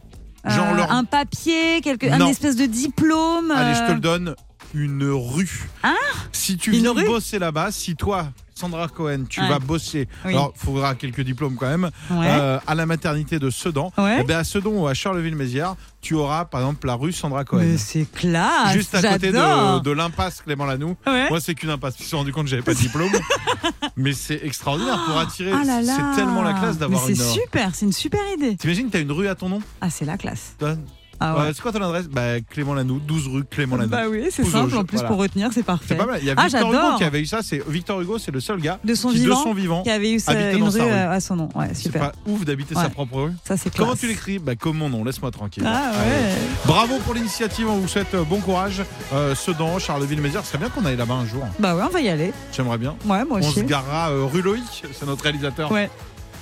[SPEAKER 2] Euh,
[SPEAKER 1] Genre leur-
[SPEAKER 2] Un papier, quelque... un
[SPEAKER 1] Non.
[SPEAKER 2] espèce de diplôme.
[SPEAKER 1] Allez, je te
[SPEAKER 2] euh,
[SPEAKER 1] le donne, une rue.
[SPEAKER 2] Hein
[SPEAKER 1] si tu
[SPEAKER 2] Une
[SPEAKER 1] viens
[SPEAKER 2] rue
[SPEAKER 1] bosser là-bas, si toi, Sandra Cohen, tu
[SPEAKER 2] Ouais.
[SPEAKER 1] vas bosser,
[SPEAKER 2] Oui.
[SPEAKER 1] alors il faudra quelques diplômes quand même,
[SPEAKER 2] Ouais.
[SPEAKER 1] euh, à la maternité de Sedan,
[SPEAKER 2] Ouais.
[SPEAKER 1] eh ben, à Sedan ou à Charleville-Mézières, tu auras par exemple la rue Sandra Cohen.
[SPEAKER 2] Mais c'est classe.
[SPEAKER 1] Juste à côté de,
[SPEAKER 2] j'adore.
[SPEAKER 1] de l'impasse Clément Lanoux.
[SPEAKER 2] Ouais.
[SPEAKER 1] Moi, c'est qu'une impasse. Je me suis rendu compte que j'avais pas de diplôme. mais c'est extraordinaire pour attirer.
[SPEAKER 2] Ah là là.
[SPEAKER 1] c'est tellement la classe d'avoir
[SPEAKER 2] Mais
[SPEAKER 1] une. euh,
[SPEAKER 2] c'est super, c'est une super idée.
[SPEAKER 1] T'imagines, t'as une rue à ton nom
[SPEAKER 2] Ah, c'est la classe.
[SPEAKER 1] Toi,
[SPEAKER 2] Ah ouais.
[SPEAKER 1] euh, C'est quoi ton adresse bah, Clément Lanoux, 12 rue Clément Lanoux.
[SPEAKER 2] bah oui, c'est
[SPEAKER 1] Pousse au
[SPEAKER 2] simple
[SPEAKER 1] jeu,
[SPEAKER 2] en plus
[SPEAKER 1] voilà.
[SPEAKER 2] pour retenir, c'est parfait.
[SPEAKER 1] C'est pas mal. Il y a
[SPEAKER 2] Ah,
[SPEAKER 1] Victor
[SPEAKER 2] j'adore.
[SPEAKER 1] Hugo qui avait eu ça. C'est Victor Hugo, c'est le seul gars
[SPEAKER 2] De son
[SPEAKER 1] qui
[SPEAKER 2] vivant,
[SPEAKER 1] de son vivant.
[SPEAKER 2] Qui avait eu ça-
[SPEAKER 1] Habiter
[SPEAKER 2] une
[SPEAKER 1] dans
[SPEAKER 2] rue
[SPEAKER 1] sa rue.
[SPEAKER 2] euh, à son nom. Ouais,
[SPEAKER 1] C'est pas
[SPEAKER 2] super.
[SPEAKER 1] ouf d'habiter
[SPEAKER 2] Ouais.
[SPEAKER 1] sa propre rue.
[SPEAKER 2] Ça, c'est classe.
[SPEAKER 1] Comment tu l'écris Bah comme mon nom, laisse-moi tranquille.
[SPEAKER 2] Ah
[SPEAKER 1] Allez.
[SPEAKER 2] ouais.
[SPEAKER 1] Bravo pour l'initiative, on vous souhaite euh, bon courage. Euh, Sedan, Charleville-Mézières, ce serait bien qu'on aille là-bas un jour.
[SPEAKER 2] Bah ouais, on va y aller.
[SPEAKER 1] J'aimerais bien.
[SPEAKER 2] Ouais, moi
[SPEAKER 1] On se
[SPEAKER 2] aussi.
[SPEAKER 1] garera euh, rue Loïc, c'est notre réalisateur.
[SPEAKER 2] Ouais.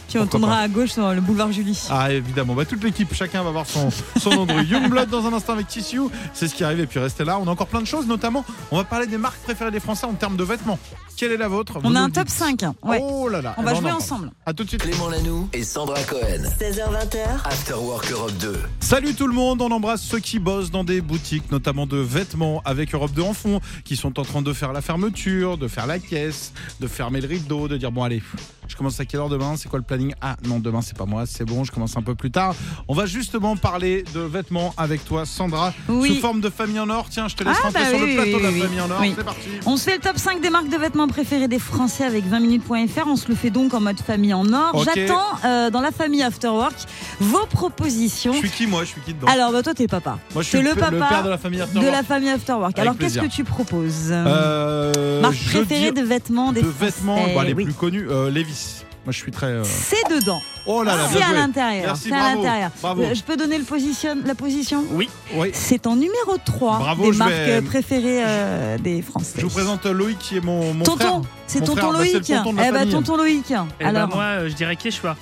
[SPEAKER 2] Puis on
[SPEAKER 1] Pourquoi
[SPEAKER 2] tournera
[SPEAKER 1] pas.
[SPEAKER 2] à gauche sur le boulevard Julie.
[SPEAKER 1] Ah évidemment, bah, toute l'équipe, chacun va voir son, son Andrew. Youngblood dans un instant avec Tissue, c'est ce qui arrive et puis restez là, on a encore plein de choses, notamment on va parler des marques préférées des Français en termes de vêtements. Quelle est la vôtre Vous
[SPEAKER 2] On
[SPEAKER 1] nous
[SPEAKER 2] a un
[SPEAKER 1] le
[SPEAKER 2] top
[SPEAKER 1] dites.
[SPEAKER 2] 5. Ouais.
[SPEAKER 1] Oh là là.
[SPEAKER 2] On
[SPEAKER 1] Eh
[SPEAKER 2] va
[SPEAKER 1] ben, en
[SPEAKER 2] jouer
[SPEAKER 1] parle.
[SPEAKER 2] ensemble.
[SPEAKER 1] À tout de suite.
[SPEAKER 5] Clément Lanoux et Sandra Cohen.
[SPEAKER 4] 16h20h,
[SPEAKER 5] After Work Europe 2.
[SPEAKER 1] Salut tout le monde, on embrasse ceux qui bossent dans des boutiques, notamment de vêtements avec Europe de en fond, qui sont en train de faire la fermeture, de faire la caisse, de fermer le rideau, de dire bon allez, je commence à quelle heure demain, c'est quoi le planning Ah non, demain c'est pas moi, c'est bon, je commence un peu plus tard. On va justement parler de vêtements avec toi Sandra,
[SPEAKER 2] Oui.
[SPEAKER 1] sous forme de famille en or. Tiens, je te laisse
[SPEAKER 2] Ah,
[SPEAKER 1] rentrer
[SPEAKER 2] bah
[SPEAKER 1] sur
[SPEAKER 2] oui,
[SPEAKER 1] le plateau
[SPEAKER 2] oui,
[SPEAKER 1] de la
[SPEAKER 2] oui,
[SPEAKER 1] famille en or,
[SPEAKER 2] oui.
[SPEAKER 1] c'est parti.
[SPEAKER 2] On se fait le top 5 des marques de vêtements préférées des Français avec 20minutes.fr. On se le fait donc en mode famille en or.
[SPEAKER 1] Ok.
[SPEAKER 2] J'attends euh, dans la famille After Work vos propositions.
[SPEAKER 1] Je suis qui moi Je suis qui dedans
[SPEAKER 2] Alors, bah, toi, t'es papa.
[SPEAKER 1] Moi je
[SPEAKER 2] t'es
[SPEAKER 1] suis
[SPEAKER 2] le
[SPEAKER 1] p-
[SPEAKER 2] papa
[SPEAKER 1] père de la famille After
[SPEAKER 2] de
[SPEAKER 1] Work.
[SPEAKER 2] la famille After Work.
[SPEAKER 1] Avec
[SPEAKER 2] Alors, qu'est-ce que
[SPEAKER 1] plaisir.
[SPEAKER 2] tu proposes
[SPEAKER 1] Euh,
[SPEAKER 2] Marque
[SPEAKER 1] je
[SPEAKER 2] préférée
[SPEAKER 1] dis-
[SPEAKER 2] de vêtements des
[SPEAKER 1] de
[SPEAKER 2] Français.
[SPEAKER 1] vêtements, bah, les
[SPEAKER 2] oui.
[SPEAKER 1] plus connus, euh, Levis. Moi je suis très... euh,
[SPEAKER 2] C'est dedans.
[SPEAKER 1] Oh là là,
[SPEAKER 2] c'est
[SPEAKER 1] bien
[SPEAKER 2] à
[SPEAKER 1] joué.
[SPEAKER 2] l'intérieur.
[SPEAKER 1] Merci,
[SPEAKER 2] C'est à
[SPEAKER 1] bravo,
[SPEAKER 2] l'intérieur.
[SPEAKER 1] bravo.
[SPEAKER 2] Euh, Je peux donner le position, la position
[SPEAKER 1] Oui, oui.
[SPEAKER 2] C'est en numéro 3
[SPEAKER 1] Bravo,
[SPEAKER 2] des
[SPEAKER 1] je
[SPEAKER 2] marques
[SPEAKER 1] vais-
[SPEAKER 2] euh, préférées euh, des Français.
[SPEAKER 1] Je vous présente euh, Loïc qui est mon, mon
[SPEAKER 2] Tonton,
[SPEAKER 1] frère.
[SPEAKER 2] c'est
[SPEAKER 1] Mon
[SPEAKER 2] tonton
[SPEAKER 1] frère, bah, c'est le
[SPEAKER 2] Loïc.
[SPEAKER 1] tonton de la
[SPEAKER 2] eh bah,
[SPEAKER 1] famille.
[SPEAKER 2] tonton Loïc. Alors,
[SPEAKER 11] Eh ben, moi, je dirais Quechua.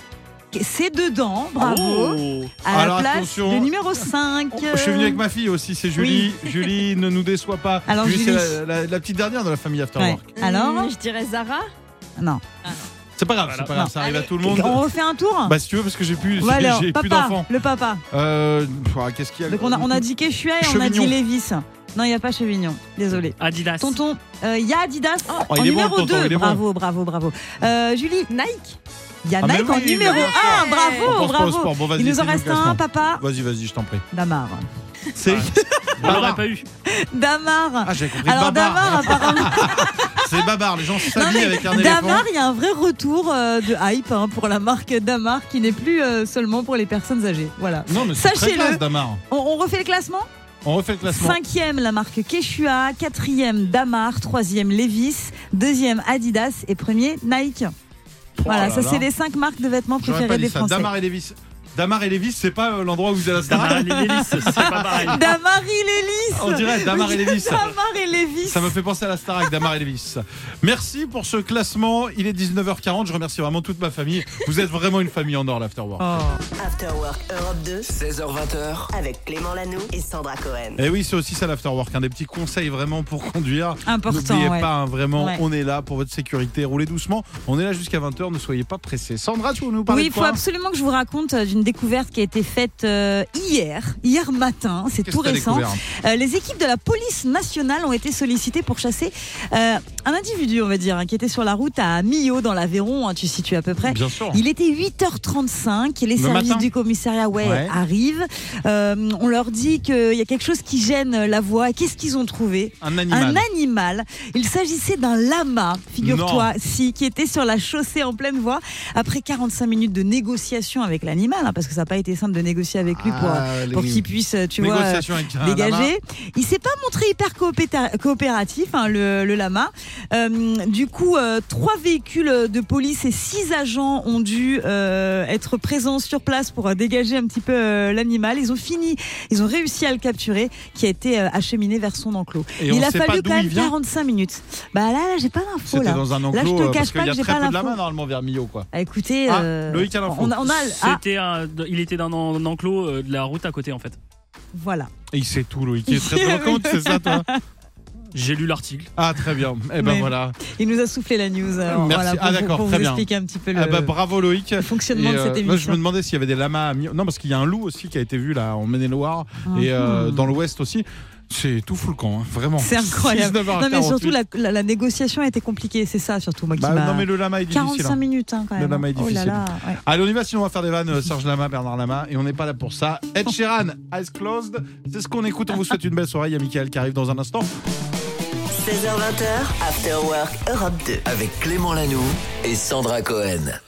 [SPEAKER 2] c'est dedans, bravo. À
[SPEAKER 1] Oh. Alors,
[SPEAKER 2] la place
[SPEAKER 1] attention.
[SPEAKER 2] de numéro 5.
[SPEAKER 1] Je suis venu avec ma fille aussi, c'est Julie. Julie, ne nous déçois pas.
[SPEAKER 2] Alors,
[SPEAKER 1] c'est
[SPEAKER 2] Julie.
[SPEAKER 1] la, la- la petite dernière de la famille
[SPEAKER 2] Ouais.
[SPEAKER 1] Afterwork.
[SPEAKER 2] Alors,
[SPEAKER 1] Mmh.
[SPEAKER 9] Hmm, Je dirais Zara.
[SPEAKER 2] non.
[SPEAKER 1] C'est pas grave, c'est pas grave,
[SPEAKER 2] Non.
[SPEAKER 1] ça arrive à
[SPEAKER 9] Allez.
[SPEAKER 1] tout le
[SPEAKER 2] On
[SPEAKER 1] monde.
[SPEAKER 2] refait un tour
[SPEAKER 1] Bah, si tu veux, parce que j'ai plus,
[SPEAKER 2] Ou alors,
[SPEAKER 1] j'ai plus
[SPEAKER 2] papa,
[SPEAKER 1] d'enfants.
[SPEAKER 2] le papa.
[SPEAKER 1] Euh, pff, Qu'est-ce qu'il y a
[SPEAKER 2] Donc on a, on a dit Quechua et on a dit
[SPEAKER 1] Chevignon. Ah,
[SPEAKER 2] Lévis. Non, il n'y a pas Chevignon, désolé.
[SPEAKER 11] Adidas.
[SPEAKER 2] Tonton, euh, il y a Adidas
[SPEAKER 1] Oh, il
[SPEAKER 2] en
[SPEAKER 1] est bon,
[SPEAKER 2] numéro
[SPEAKER 1] tonton,
[SPEAKER 2] 2.
[SPEAKER 1] il est bon.
[SPEAKER 2] bravo, bravo, bravo. Euh, Julie,
[SPEAKER 9] Nike.
[SPEAKER 2] il y a
[SPEAKER 1] Ah, mais
[SPEAKER 2] Nike en
[SPEAKER 1] oui,
[SPEAKER 2] numéro
[SPEAKER 1] bien
[SPEAKER 2] 1.
[SPEAKER 1] sûr. On
[SPEAKER 2] Bravo,
[SPEAKER 1] pense pas au
[SPEAKER 2] oh, bravo.
[SPEAKER 1] sport. Bon, vas-y,
[SPEAKER 2] il nous en
[SPEAKER 1] dis-nous
[SPEAKER 2] reste
[SPEAKER 1] le classement.
[SPEAKER 2] un, papa.
[SPEAKER 1] Vas-y, vas-y, je t'en prie.
[SPEAKER 2] Damar.
[SPEAKER 1] C'est.
[SPEAKER 11] On l'aurait
[SPEAKER 1] Babar.
[SPEAKER 11] pas eu.
[SPEAKER 2] Damar.
[SPEAKER 1] Ah, j'ai compris.
[SPEAKER 2] Alors,
[SPEAKER 1] Babar.
[SPEAKER 2] Damar, apparemment.
[SPEAKER 1] C'est Babar, les gens
[SPEAKER 2] Non,
[SPEAKER 1] s'habillent
[SPEAKER 2] mais
[SPEAKER 1] avec un éléphant.
[SPEAKER 2] Damar, il y a un vrai retour euh, de hype hein, pour la marque Damar qui n'est plus euh, seulement pour les personnes âgées. Voilà.
[SPEAKER 1] Non, mais c'est très
[SPEAKER 2] Sachez-le.
[SPEAKER 1] classe, Damar.
[SPEAKER 2] On, on refait le classement
[SPEAKER 1] On refait le classement.
[SPEAKER 2] Cinquième, la marque Quechua. Quatrième, Damar. Troisième, Levis. Deuxième, Adidas. Et premier, Nike. Voilà,
[SPEAKER 1] Oh
[SPEAKER 11] Oh
[SPEAKER 1] là
[SPEAKER 2] ça,
[SPEAKER 1] là.
[SPEAKER 2] c'est les cinq marques de vêtements
[SPEAKER 1] J'aurais
[SPEAKER 2] préférées
[SPEAKER 1] pas
[SPEAKER 2] des
[SPEAKER 1] dit ça.
[SPEAKER 2] Français.
[SPEAKER 1] Damar et Lévis. Damar et Lévis, c'est pas euh, l'endroit où vous allez
[SPEAKER 11] Damar et Lévis, c'est pas pareil.
[SPEAKER 2] Damar et Lévis.
[SPEAKER 1] On dirait Damar et Lévis.
[SPEAKER 2] Damar et Lévis.
[SPEAKER 1] Ça me fait penser à la Starac d'Amar et Lévis. Merci pour ce classement. Il est 19h40. Je remercie vraiment toute ma famille. Vous êtes vraiment une famille en or, l'Afterwork.
[SPEAKER 2] Oh.
[SPEAKER 4] After Work Europe 2
[SPEAKER 5] 16h20h.
[SPEAKER 4] avec Clément Lanoux et Sandra Cohen.
[SPEAKER 1] Et Eh oui, c'est aussi ça l'Afterwork. Un des petits conseils vraiment pour conduire.
[SPEAKER 2] Important,
[SPEAKER 1] N'oubliez
[SPEAKER 2] ouais.
[SPEAKER 1] pas, hein, vraiment,
[SPEAKER 2] Ouais.
[SPEAKER 1] on est là pour votre sécurité. Roulez doucement. On est là jusqu'à 20h. Ne soyez pas pressés. Sandra, tu veux nous parler
[SPEAKER 2] Oui, il
[SPEAKER 1] de
[SPEAKER 2] faut
[SPEAKER 1] quoi
[SPEAKER 2] absolument que je vous raconte euh, d'une découverte qui a été faite euh, hier, hier matin, c'est
[SPEAKER 1] Qu'est-ce
[SPEAKER 2] tout
[SPEAKER 1] que t'as
[SPEAKER 2] récent.
[SPEAKER 1] découvert
[SPEAKER 2] Euh, les équipes de la police nationale ont été sollicitées pour chasser euh, un individu, on va dire, hein, qui était sur la route à Millau dans l'Aveyron, hein, tu situes à peu près.
[SPEAKER 1] Bien sûr.
[SPEAKER 2] Il était 8h35 et les
[SPEAKER 1] Le
[SPEAKER 2] services
[SPEAKER 1] matin.
[SPEAKER 2] du commissariat ouais,
[SPEAKER 1] Ouais.
[SPEAKER 2] arrivent. Euh, on leur dit qu'il y a quelque chose qui gêne la voie. Qu'est-ce qu'ils ont trouvé
[SPEAKER 1] Un animal.
[SPEAKER 2] un animal. Il s'agissait d'un lama, figure-toi, si, qui était sur la chaussée en pleine voie. Après 45 minutes de négociation avec l'animal, hein, parce que ça n'a pas été simple de négocier avec lui pour,
[SPEAKER 1] Ah, les
[SPEAKER 2] pour qu'il puisse, tu vois, euh,
[SPEAKER 1] négociations avec un lama.
[SPEAKER 2] dégager. Il s'est pas montré hyper coopéta- coopératif, hein, le, le lama. Euh, du coup, euh, trois véhicules de police et six agents ont dû euh, être présents sur place pour euh, dégager un petit peu euh, l'animal. Ils ont fini, ils ont réussi à le capturer, qui a été euh, acheminé vers son enclos.
[SPEAKER 1] Et
[SPEAKER 2] il
[SPEAKER 1] on
[SPEAKER 2] a
[SPEAKER 1] sait pas
[SPEAKER 2] fallu
[SPEAKER 1] d'où
[SPEAKER 2] quand
[SPEAKER 1] il
[SPEAKER 2] même
[SPEAKER 1] vient.
[SPEAKER 2] 45 minutes. Bah là, là j'ai pas l'info
[SPEAKER 1] C'était
[SPEAKER 2] là.
[SPEAKER 1] dans un
[SPEAKER 2] Là, je te
[SPEAKER 1] enclos euh, parce
[SPEAKER 2] cache
[SPEAKER 1] qu'il
[SPEAKER 2] pas
[SPEAKER 1] y a
[SPEAKER 2] que j'ai
[SPEAKER 1] très
[SPEAKER 2] pas
[SPEAKER 1] peu de la
[SPEAKER 2] l'info.
[SPEAKER 1] main normalement vers Millau quoi.
[SPEAKER 2] Ah, écoutez,
[SPEAKER 1] Ah,
[SPEAKER 2] euh,
[SPEAKER 1] Loïc a l'info.
[SPEAKER 2] on a, on a- ah,
[SPEAKER 11] C'était un, il était dans un enclos euh, de la route à côté en fait.
[SPEAKER 2] voilà.
[SPEAKER 1] Et il sait tout Loïc, il est très très compte, c'est ça toi
[SPEAKER 11] J'ai lu l'article.
[SPEAKER 1] Ah très bien. Eh ben
[SPEAKER 2] Mais-
[SPEAKER 1] voilà.
[SPEAKER 2] Il nous a soufflé la news. euh,
[SPEAKER 1] Merci.
[SPEAKER 2] Voilà, pour,
[SPEAKER 1] Ah,
[SPEAKER 2] vous-
[SPEAKER 1] d'accord,
[SPEAKER 2] pour
[SPEAKER 1] très
[SPEAKER 2] vous
[SPEAKER 1] bien.
[SPEAKER 2] expliquer un petit peu le,
[SPEAKER 1] Ah bah, bravo Loïc.
[SPEAKER 2] le fonctionnement
[SPEAKER 1] Et,
[SPEAKER 2] de cette
[SPEAKER 1] euh,
[SPEAKER 2] émission.
[SPEAKER 1] moi, je me demandais s'il y avait des lamas à Millau. Non, parce qu'il y a un loup aussi qui a été vu là en Maine-et-Loire et euh,
[SPEAKER 2] Mhm.
[SPEAKER 1] dans l'Ouest aussi. C'est tout fou le camp, hein, vraiment.
[SPEAKER 2] C'est incroyable.
[SPEAKER 1] 19h48.
[SPEAKER 2] Non, mais surtout, la, la- la négociation a été compliquée, c'est ça, surtout, moi qui
[SPEAKER 1] Bah,
[SPEAKER 2] m'a-
[SPEAKER 1] non, mais le lama est difficile.
[SPEAKER 2] 45
[SPEAKER 1] hein.
[SPEAKER 2] minutes, hein, quand
[SPEAKER 1] Le
[SPEAKER 2] même.
[SPEAKER 1] lama est
[SPEAKER 2] Oh là
[SPEAKER 1] difficile.
[SPEAKER 2] là, ouais.
[SPEAKER 1] Allez, on y va, sinon on va faire des vannes euh, Serge Lama, Bernard Lama, et on n'est pas là pour ça. Ed Sheeran, Eyes Closed, c'est ce qu'on écoute. On vous souhaite une belle soirée. Il y a Michael qui arrive dans un instant.
[SPEAKER 4] 16h20h, After Work Europe 2.
[SPEAKER 5] Avec Clément Lanoux et Sandra Cohen.